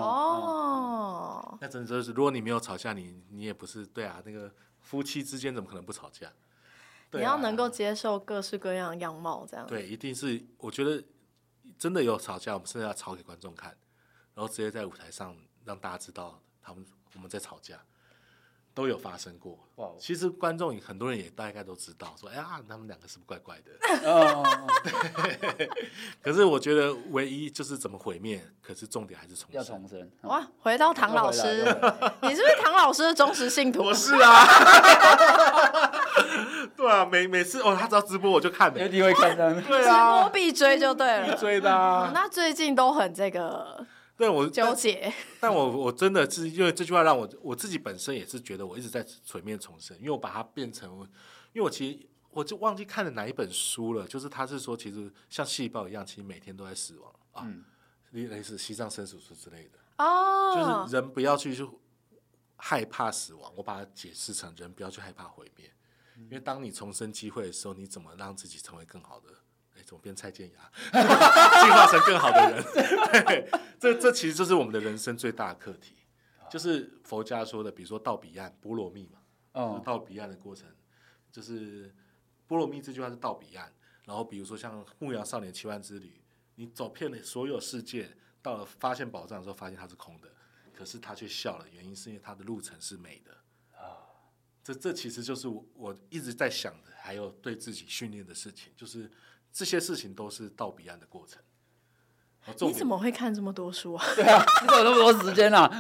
Speaker 2: 哦，
Speaker 3: 那真的就是，如果你没有吵架，你你也不是对啊，那个夫妻之间怎么可能不吵架？对
Speaker 2: 你要
Speaker 3: 啊
Speaker 2: 能够接受各式各样的样貌，这样。
Speaker 3: 对，一定是我觉得真的有吵架，我们是要吵给观众看，然后直接在舞台上让大家知道他们我们在吵架。都有发生过。
Speaker 1: 哇哦
Speaker 3: 其实观众也很多人也大概都知道，说哎呀，他们两个是不是怪怪 的？
Speaker 1: 哦，
Speaker 3: 可是我觉得唯一就是怎么毁灭，可是重点还是重
Speaker 1: 要
Speaker 3: 生。
Speaker 1: 重生，哦
Speaker 2: 哇，回到哦唐老
Speaker 1: 又
Speaker 2: 师
Speaker 1: 回来，又回来
Speaker 2: 你是不是唐老师的忠实信徒
Speaker 3: 我？是啊， 对啊，每每次哦，他只要直播我就看的、
Speaker 1: 一定会看到。
Speaker 3: 对
Speaker 2: 直播
Speaker 3: 啊，
Speaker 2: 必追就对 了。
Speaker 3: 追 的、啊。
Speaker 2: 那最近都很这个
Speaker 3: 对我
Speaker 2: 纠结，
Speaker 3: 但我我真的是因为这句话让我我自己本身也是觉得我一直在水面重生，因为我把它变成，因为我其实我就忘记看了哪一本书了，就是他是说其实像细胞一样，其实每天都在死亡啊，
Speaker 1: 嗯
Speaker 3: 类类似西藏生死书之类的，呃就
Speaker 2: 哦
Speaker 3: 是，人不要去去害怕死亡，我把它解释成人不要去害怕毁灭，因为当你重生机会的时候，你怎么让自己成为更好的？哎，怎么变蔡健雅？ 进化成更好的人。 对，这这其实就是我们的人生最大的课题，就是佛家说的，比如说到彼岸波罗蜜嘛，就是
Speaker 1: 哦，
Speaker 3: 到彼岸的过程，就是波罗蜜这句话是到彼岸。然后比如说像《牧羊少年奇幻之旅》，你走遍了所有世界，到了发现宝藏的时候，发现它是空的，可是他却笑了，原因是因为他的路程是美的。这这其实就是我我一直在想的，还有对自己训练的事情，就是这些事情都是到彼岸的过程。然后重
Speaker 2: 你
Speaker 3: 点
Speaker 2: 怎么会看这么多书啊？
Speaker 1: 对啊，你怎么那么多时间啊？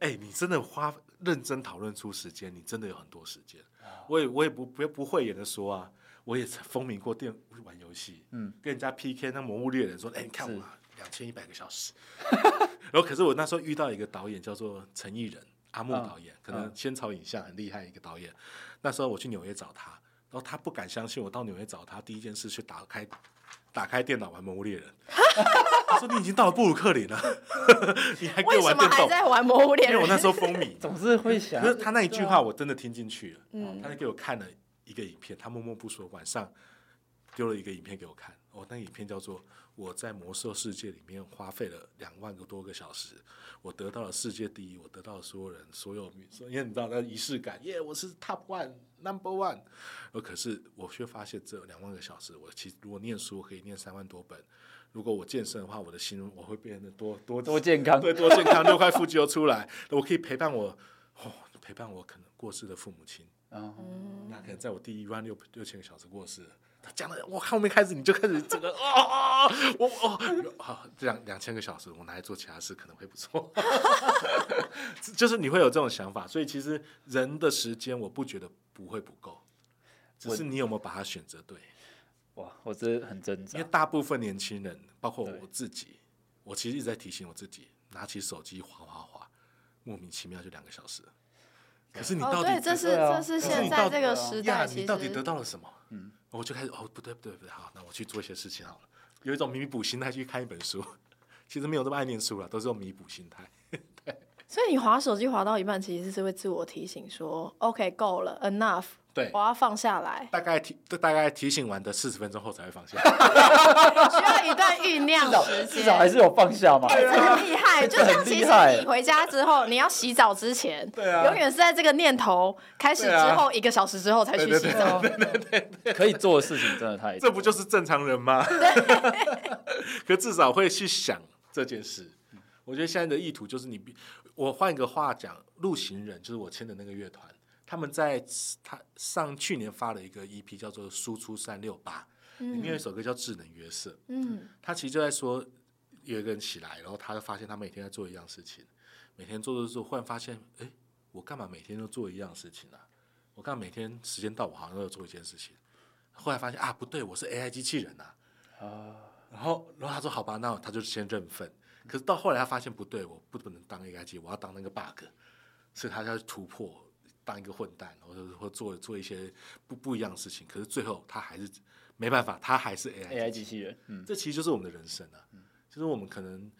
Speaker 3: 哎、你真的花认真讨论出时间，你真的有很多时间。我也我也不不不讳言的说啊，我也曾风靡过电玩游戏，
Speaker 1: 嗯，
Speaker 3: 跟人家 PK 那《魔物猎人》说，哎、你看
Speaker 1: 是
Speaker 3: 我两千一百个小时。 然后可是我那时候遇到一个导演叫做陈艺人，阿木
Speaker 1: 嗯
Speaker 3: 导演，可能仙草影像很厉害一个导演。那时候我去纽约找他，然后他不敢相信我到纽约找他，第一件事去打开打开电脑玩《魔物猎人》。 他说：“你已经到了布鲁克林了， 你还可
Speaker 2: 为
Speaker 3: 以
Speaker 2: 什
Speaker 3: 玩
Speaker 2: 么
Speaker 3: 电
Speaker 2: 还
Speaker 3: 动？”
Speaker 2: 在玩《魔物猎
Speaker 3: 因
Speaker 2: 人
Speaker 3: 为
Speaker 2: 哦
Speaker 3: 我》？那时候风 靡。
Speaker 1: 总是会想
Speaker 3: 可是他那一句话我真的听进去了，哦
Speaker 2: 嗯
Speaker 3: 他就给我看了一个影片，他默默不说，晚上丢了一个影片给我看，哦，那个影片叫做《我在魔兽世界里面花费了两万个多个小时，我得到了世界第一，我得到了所有人所有，因为你知道那仪式 感，耶，我是 top one number one，而可是我却发现这两万个小时，我其实如果念书我可以念三万多本。如果我健身的话，我的心我会变得多多
Speaker 1: 多健康，
Speaker 3: 对，多健康，六块腹肌又出来，我可以陪伴我，哦，陪伴我可能过世的父母亲，
Speaker 1: 哦
Speaker 3: 那可能在我第一万六六千个小时过世了。他讲了，我后面开始你就开始整个 啊、我哦，好，这两两千个小时，我拿来做其他事可能会不错， 就是你会有这种想法，所以其实人的时间我不觉得不会不够，只
Speaker 1: 我
Speaker 3: 是你有没有把它选择对。
Speaker 1: 哇，我真的很挣
Speaker 3: 因
Speaker 1: 扎
Speaker 3: 为。大部分年轻人，包括
Speaker 1: 对
Speaker 3: 我自己，我其实一直在提醒我自己，拿起手机划划划，莫名其妙就两个小时了。可是你
Speaker 2: 哦，
Speaker 3: 到底
Speaker 2: 对，这是
Speaker 1: 对啊
Speaker 2: 这是
Speaker 1: 可是
Speaker 2: 现
Speaker 1: 你
Speaker 2: 在
Speaker 3: 到
Speaker 2: 这个时
Speaker 3: 呀，
Speaker 2: 代，
Speaker 3: 你
Speaker 2: 其
Speaker 3: 到底得
Speaker 2: 实
Speaker 3: 到了什么？
Speaker 1: 嗯，
Speaker 3: 我就开始哦，不对不对不对，好，那我去做一些事情好了，有一种弥补心态去看一本书。其实没有这么爱念书了，都是用弥补心态。
Speaker 2: 所以你划手机划到一半，其实是会自我提醒说，OK，够了，enough，
Speaker 3: 对
Speaker 2: 我，要放下来，
Speaker 3: 大概提大概提醒完的四十分钟后才会放下。
Speaker 2: 需要一段酝酿
Speaker 1: 至少
Speaker 2: 时
Speaker 1: 至少还
Speaker 2: 间。
Speaker 1: 是有放下嘛。
Speaker 2: 这很厉害，就像其
Speaker 1: 很厉
Speaker 2: 实
Speaker 1: 害
Speaker 2: 你回家之后，你要洗澡之前，
Speaker 3: 对啊
Speaker 2: 永远是在这个念头开始
Speaker 3: 对
Speaker 2: 之
Speaker 3: 啊
Speaker 2: 后一个小时之后才去洗澡。
Speaker 1: 可以做的事情真的太多
Speaker 3: 这不就是正常人吗？ 可至少会去想这件事。我觉得现在的意图就是你必，我换一个话讲，陆行人就是我签的那个乐团，他们在他上去年发了一个 EP 叫做《输出三六八》，里面有一首歌叫《智能约瑟》，
Speaker 2: 嗯，
Speaker 3: 他其实就在说，有一个人起来，然后他就发现他每天在做一样事情，每天做做做，忽然发现，哎，我干嘛每天都做一样事情啊？我干嘛每天时间到我好像都有做一件事情？后来发现啊，不对，我是 AI 机器人呐、
Speaker 1: 啊，
Speaker 3: 然后，然后他说好吧，那他就先认份。可是到后来他发现不对，我不不能当 AI 机，我要当那个 bug，所以他要去突破，当一个混蛋，或者或做做一些不不一样的事情。可是最后他还是没办法，他还是 AI
Speaker 1: ，AI
Speaker 3: 机器
Speaker 1: 机
Speaker 3: 人
Speaker 1: 器人，嗯，
Speaker 3: 这其实就是我们的人生啊，就是我们可能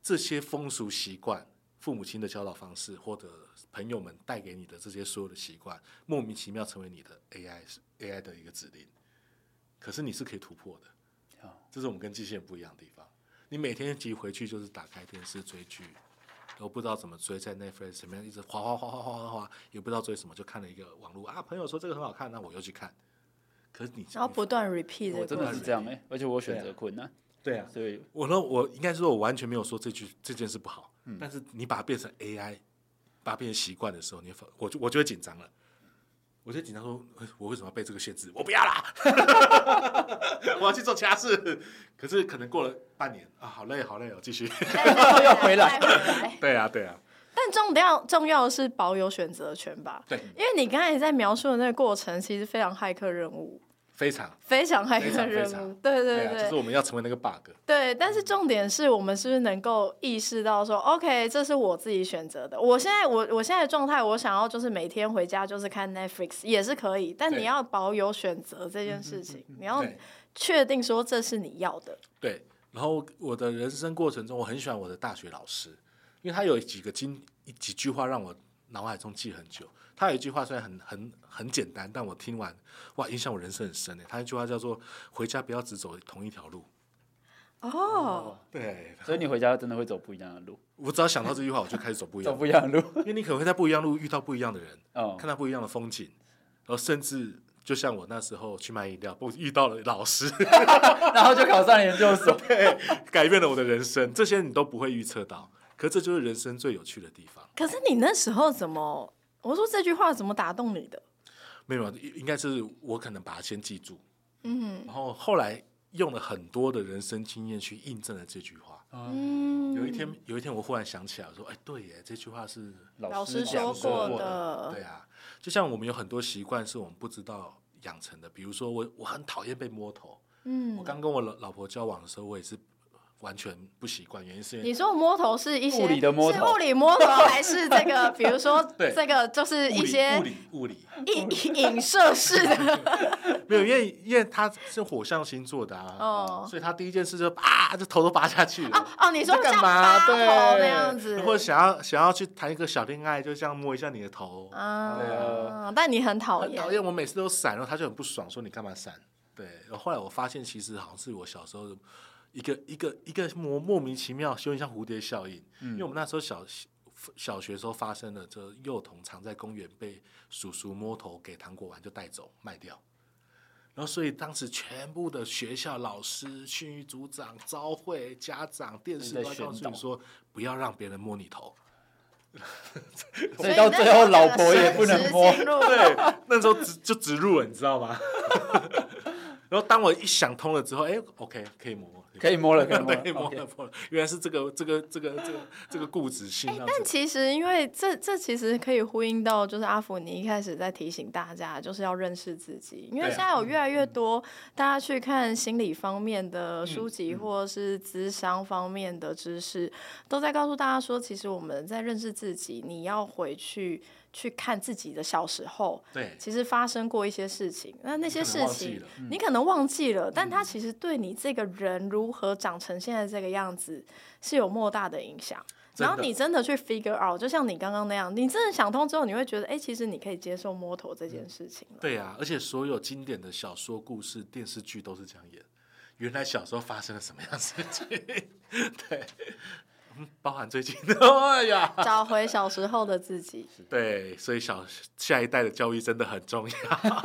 Speaker 3: 这些风俗习惯、父母亲的教导方式，或者朋友们带给你的这些所有的习惯，莫名其妙成为你的 AI AI 的一个指令，可是你是可以突破的
Speaker 1: 好，
Speaker 3: 这是我们跟机器人不一样的地方。你每天其实回去就是打开电视追剧，都不知道怎么追，在 Netflix 前面一直滑滑滑滑滑滑滑，也不知道追什么，就看了一个网络啊，朋友说这个很好看，那我又去看。可是你
Speaker 2: 然后不断 repeat
Speaker 3: 哦
Speaker 1: 我
Speaker 2: 这
Speaker 1: 真
Speaker 2: 个
Speaker 1: 的是这样哎、而且我选择困难，
Speaker 3: 对啊，
Speaker 1: 所以
Speaker 3: 嗯我呢，我应该说，我完全没有说这句这件事不好，但是你把它变成 AI，发变习惯的时候，你会发我就我就会紧张了，我就紧张说，哎我为什么要被这个限制？我不要啦， 我要去做其他事。可是可能过了半年啊，好累好累哦，继续。
Speaker 1: 又回来
Speaker 2: 再回来。
Speaker 3: 对啊对啊，
Speaker 2: 但重要重要的是保有选择权吧，
Speaker 3: 对，
Speaker 2: 因为你刚才在描述的那个过程，其实非常骇客任务，
Speaker 3: 非常
Speaker 2: 非常骇
Speaker 3: 非
Speaker 2: 客
Speaker 3: 常
Speaker 2: 任
Speaker 3: 非
Speaker 2: 务
Speaker 3: 常，
Speaker 2: 对对
Speaker 3: 啊，就是我们要成为那个 bug。
Speaker 2: 对，但是重点是我们是不是能够意识到说，OK，这是我自己选择的。我现在我我现在的状态，我想要就是每天回家就是看 Netflix 也是可以，但
Speaker 3: 对嗯
Speaker 2: 你要保有选择这件事情，你要
Speaker 3: 对
Speaker 2: 确定说这是你要的。
Speaker 3: 对，然后我的人生过程中，我很喜欢我的大学老师，因为他有几个经几句话让我脑海中记很久。他有一句话虽然很很很简单，但我听完哇，影响我人生很深诶。欸他一句话叫做“回家不要只走同一条路
Speaker 2: 哦，”。
Speaker 3: 对，
Speaker 1: 所以你回家真的会走不一样的路，
Speaker 3: 我只要想到这句话，我就开始走不一
Speaker 1: 走
Speaker 3: 样的
Speaker 1: 不一样的路。
Speaker 3: 路，因为你可能会在不一样路遇到不一样的人，
Speaker 1: 哦，
Speaker 3: 看到不一样的风景，然后甚至就像我那时候去卖饮料，我遇到了老师，
Speaker 1: 然后就考上了研究所。
Speaker 3: 改变了我的人生。这些你都不会预测到，可这就是人生最有趣的地方。
Speaker 2: 可是你那时候怎么？我说这句话怎么打动你的？
Speaker 3: 没有，应应该是我可能把它先记住，
Speaker 2: 嗯
Speaker 3: 然后后来用了很多的人生经验去印证了这句话。
Speaker 2: 嗯，
Speaker 3: 有一天，有一天我忽然想起来，我说：“哎，对耶，这句话是
Speaker 2: 老师
Speaker 1: 讲
Speaker 2: 说
Speaker 3: 过
Speaker 2: 过的
Speaker 3: 对啊，就像我们有很多习惯是我们不知道养成的，比如说我我很讨厌被摸头。我
Speaker 2: 嗯，
Speaker 3: 刚跟我老老婆交往的时候，我也是完全不习惯，原因是因为
Speaker 2: 你说摸头是一些
Speaker 1: 物理的摸头
Speaker 2: 是物理摸头还是这个？比如说
Speaker 3: 对
Speaker 2: 这个就是
Speaker 3: 物
Speaker 2: 一
Speaker 3: 理
Speaker 2: 些
Speaker 3: 物理物理
Speaker 2: 影影射式的，
Speaker 3: 没有，因为因为他是火象星座的啊，
Speaker 2: 哦
Speaker 3: 所以他第一件事就啊，就头都拔下去了。
Speaker 2: 哦哦，你说
Speaker 3: 在
Speaker 2: 像
Speaker 3: 干嘛？
Speaker 2: 八头
Speaker 3: 对，
Speaker 2: 那样子，
Speaker 3: 或者想要想要去谈一个小恋爱，就这样摸一下你的头，对
Speaker 2: 啊
Speaker 3: 啊，
Speaker 2: 但你很讨
Speaker 3: 很
Speaker 2: 厌
Speaker 3: 讨，厌。我每次都闪，然后他就很不爽，说你干嘛闪？对。然后后来我发现，其实好像是我小时候一个一个一个莫莫名其妙，有点像蝴蝶效应。因为我们那时候小小学时候发生了，这幼童常在公园被叔叔摸头给糖果玩就带走卖掉。然后，所以当时全部的学校老师、训育组长、招会、家长、电视
Speaker 1: 都在
Speaker 3: 都在告
Speaker 1: 宣
Speaker 3: 诉
Speaker 1: 导
Speaker 3: 你说，不要让别人摸你头。
Speaker 1: 所以到最后老婆也不能摸。
Speaker 2: 对，
Speaker 3: 那时候植就植入了，你知道 吗？然后当我一想通了之后，哎、o k 可以摸了，
Speaker 1: 可以摸了，可以摸了，
Speaker 3: 对，可以摸了，摸了。原来是这个这个这个这个这个固执啊性
Speaker 1: 哎
Speaker 3: 让
Speaker 2: 但
Speaker 3: 自己。
Speaker 2: 其实因为这这其实可以呼应到，就是阿福你一开始在提醒大家，就是要认识自己，因为
Speaker 3: 对啊
Speaker 2: 现在有越来越多大家去看心理方面的
Speaker 3: 嗯
Speaker 2: 书籍或者是咨商方面的知识，都在告诉大家说，其实我们在认识自己，你要回去去看自己的小时候，
Speaker 3: 对
Speaker 2: 其实发生过一些事情，那那些
Speaker 3: 可能
Speaker 2: 事
Speaker 3: 忘记
Speaker 2: 情
Speaker 3: 了嗯
Speaker 2: 你可能忘记了，但它其实对你这个人如何长成现在这个样子是有莫大的影响。
Speaker 3: 真
Speaker 2: 然
Speaker 3: 的
Speaker 2: 后你真的去 figure out，就像你刚刚那样，你真的想通之后，你会觉得，哎、其实你可以接受摸头这件事情了。
Speaker 3: 对啊，而且所有经典的小说、故事、电视剧都是这样演。原来小时候发生了什么样的事情？ 对，嗯包含最近的， 哎呀，
Speaker 2: 找回小时候的自己，
Speaker 3: 对，所以小下一代的教育真的很重要，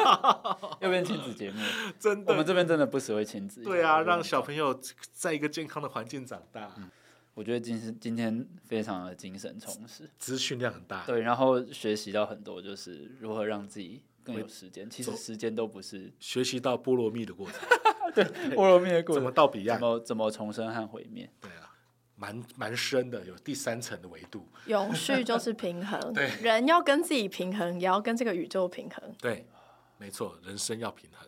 Speaker 1: 又变亲子节目。
Speaker 3: 真
Speaker 1: 我们
Speaker 3: 的。
Speaker 1: 这边真的不只会亲子。
Speaker 3: 对啊，让
Speaker 1: 小。
Speaker 3: 小朋友在一个健康的环境长大，
Speaker 1: 我觉得今天今天非常的精神充实，
Speaker 3: 资讯量很大。
Speaker 1: 对，然后学习到很多，就是如何让自己更有时间。其实时间都不是
Speaker 3: 学习到菠萝蜜 的过程，
Speaker 1: 菠萝蜜的过
Speaker 3: 怎么
Speaker 1: 程，
Speaker 3: 到彼
Speaker 1: 怎
Speaker 3: 岸？
Speaker 1: 么怎么重生和毁灭。
Speaker 3: 对啊，蛮蛮深的，有第三层的维度。
Speaker 2: 永续就是平衡
Speaker 3: 对，
Speaker 2: 人要跟自己平衡，也要跟这个宇宙平衡。
Speaker 3: 对，没错，人生要平衡。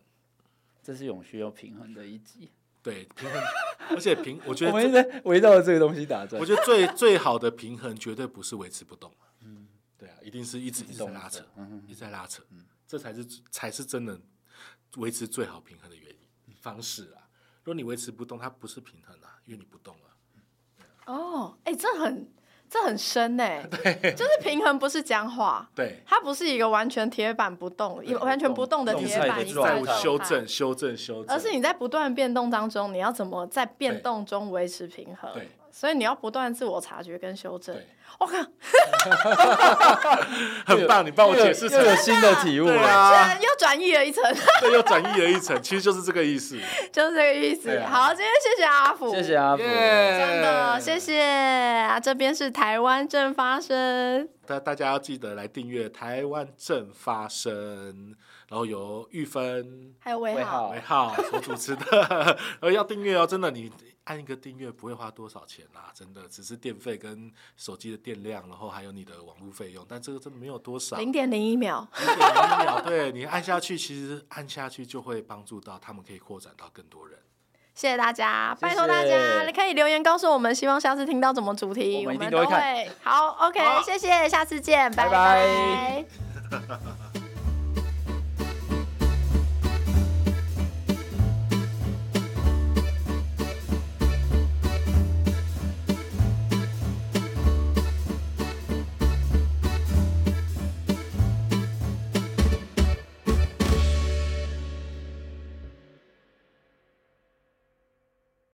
Speaker 1: 这是永续又平衡的一集。
Speaker 3: 对，平衡，而且平，我觉
Speaker 1: 我
Speaker 3: 得
Speaker 1: 们
Speaker 3: 最
Speaker 1: 一直在围绕着这个东西打转
Speaker 3: 我。觉得最最好的平衡绝对不是维持不动。嗯，对啊，一定是一直一直在
Speaker 1: 动
Speaker 3: 拉扯
Speaker 1: 着，嗯
Speaker 3: 一直在拉扯，这才是才是真的维持最好平衡的原
Speaker 1: 嗯
Speaker 3: 因方式啊。如果你维持不动，它不是平衡啊，因为你不动了。
Speaker 2: 哦，哎、这很这很深 哎、就是平衡不是讲话，
Speaker 3: 对，
Speaker 2: 它不是一个完全铁板不动、也完全不动的
Speaker 1: 动
Speaker 2: 铁
Speaker 1: 态
Speaker 2: 板，
Speaker 1: 的
Speaker 2: 一
Speaker 1: 一
Speaker 2: 直
Speaker 1: 直在
Speaker 3: 在
Speaker 1: 状态
Speaker 3: 修正、修正、修正，
Speaker 2: 而是你在不断变动当中，你要怎么在变
Speaker 3: 对
Speaker 2: 动中维持平衡？
Speaker 3: 对
Speaker 2: 所以你要不断自我察觉跟修正。
Speaker 3: 对，
Speaker 2: 我靠，居
Speaker 3: 很棒，你帮我解释成
Speaker 1: 又有新的体悟
Speaker 3: 对
Speaker 1: 了。
Speaker 3: 啊，
Speaker 2: 然又转移了一层，
Speaker 3: 这又转移了一层，其实就是这个意思。
Speaker 2: 就是这个意思。
Speaker 3: 对啊
Speaker 2: 好，今天谢谢阿福，
Speaker 1: 谢谢啊阿福。
Speaker 3: 耶
Speaker 2: 真的谢谢啊！这边是台湾正发生，
Speaker 3: 大大家要记得来订阅《台湾正发生》，然后由玉芬、
Speaker 2: 还有
Speaker 1: 魏
Speaker 2: 魏
Speaker 1: 浩
Speaker 2: 浩，
Speaker 3: 美浩所主持的，然后要订阅哦，真的，你按一个订阅不会花多少钱啦，真的，只是电费跟手机的电量，然后还有你的网络费用，但这个真的没有多少，
Speaker 2: 零点零一秒，
Speaker 3: 0.01秒，对你按下去，其实按下去就会帮助到他们可以扩展到更多人。
Speaker 2: 谢谢大家，
Speaker 1: 谢谢
Speaker 2: 拜托大家，你可以留言告诉我们，希望下次听到什么主题，
Speaker 1: 我们
Speaker 2: 我
Speaker 1: 一定
Speaker 2: 们
Speaker 1: 都会
Speaker 2: 都
Speaker 1: 看
Speaker 2: 会。好，OK，
Speaker 3: 好
Speaker 2: 谢谢，下次见，
Speaker 1: 拜
Speaker 2: 拜
Speaker 1: 拜
Speaker 2: 拜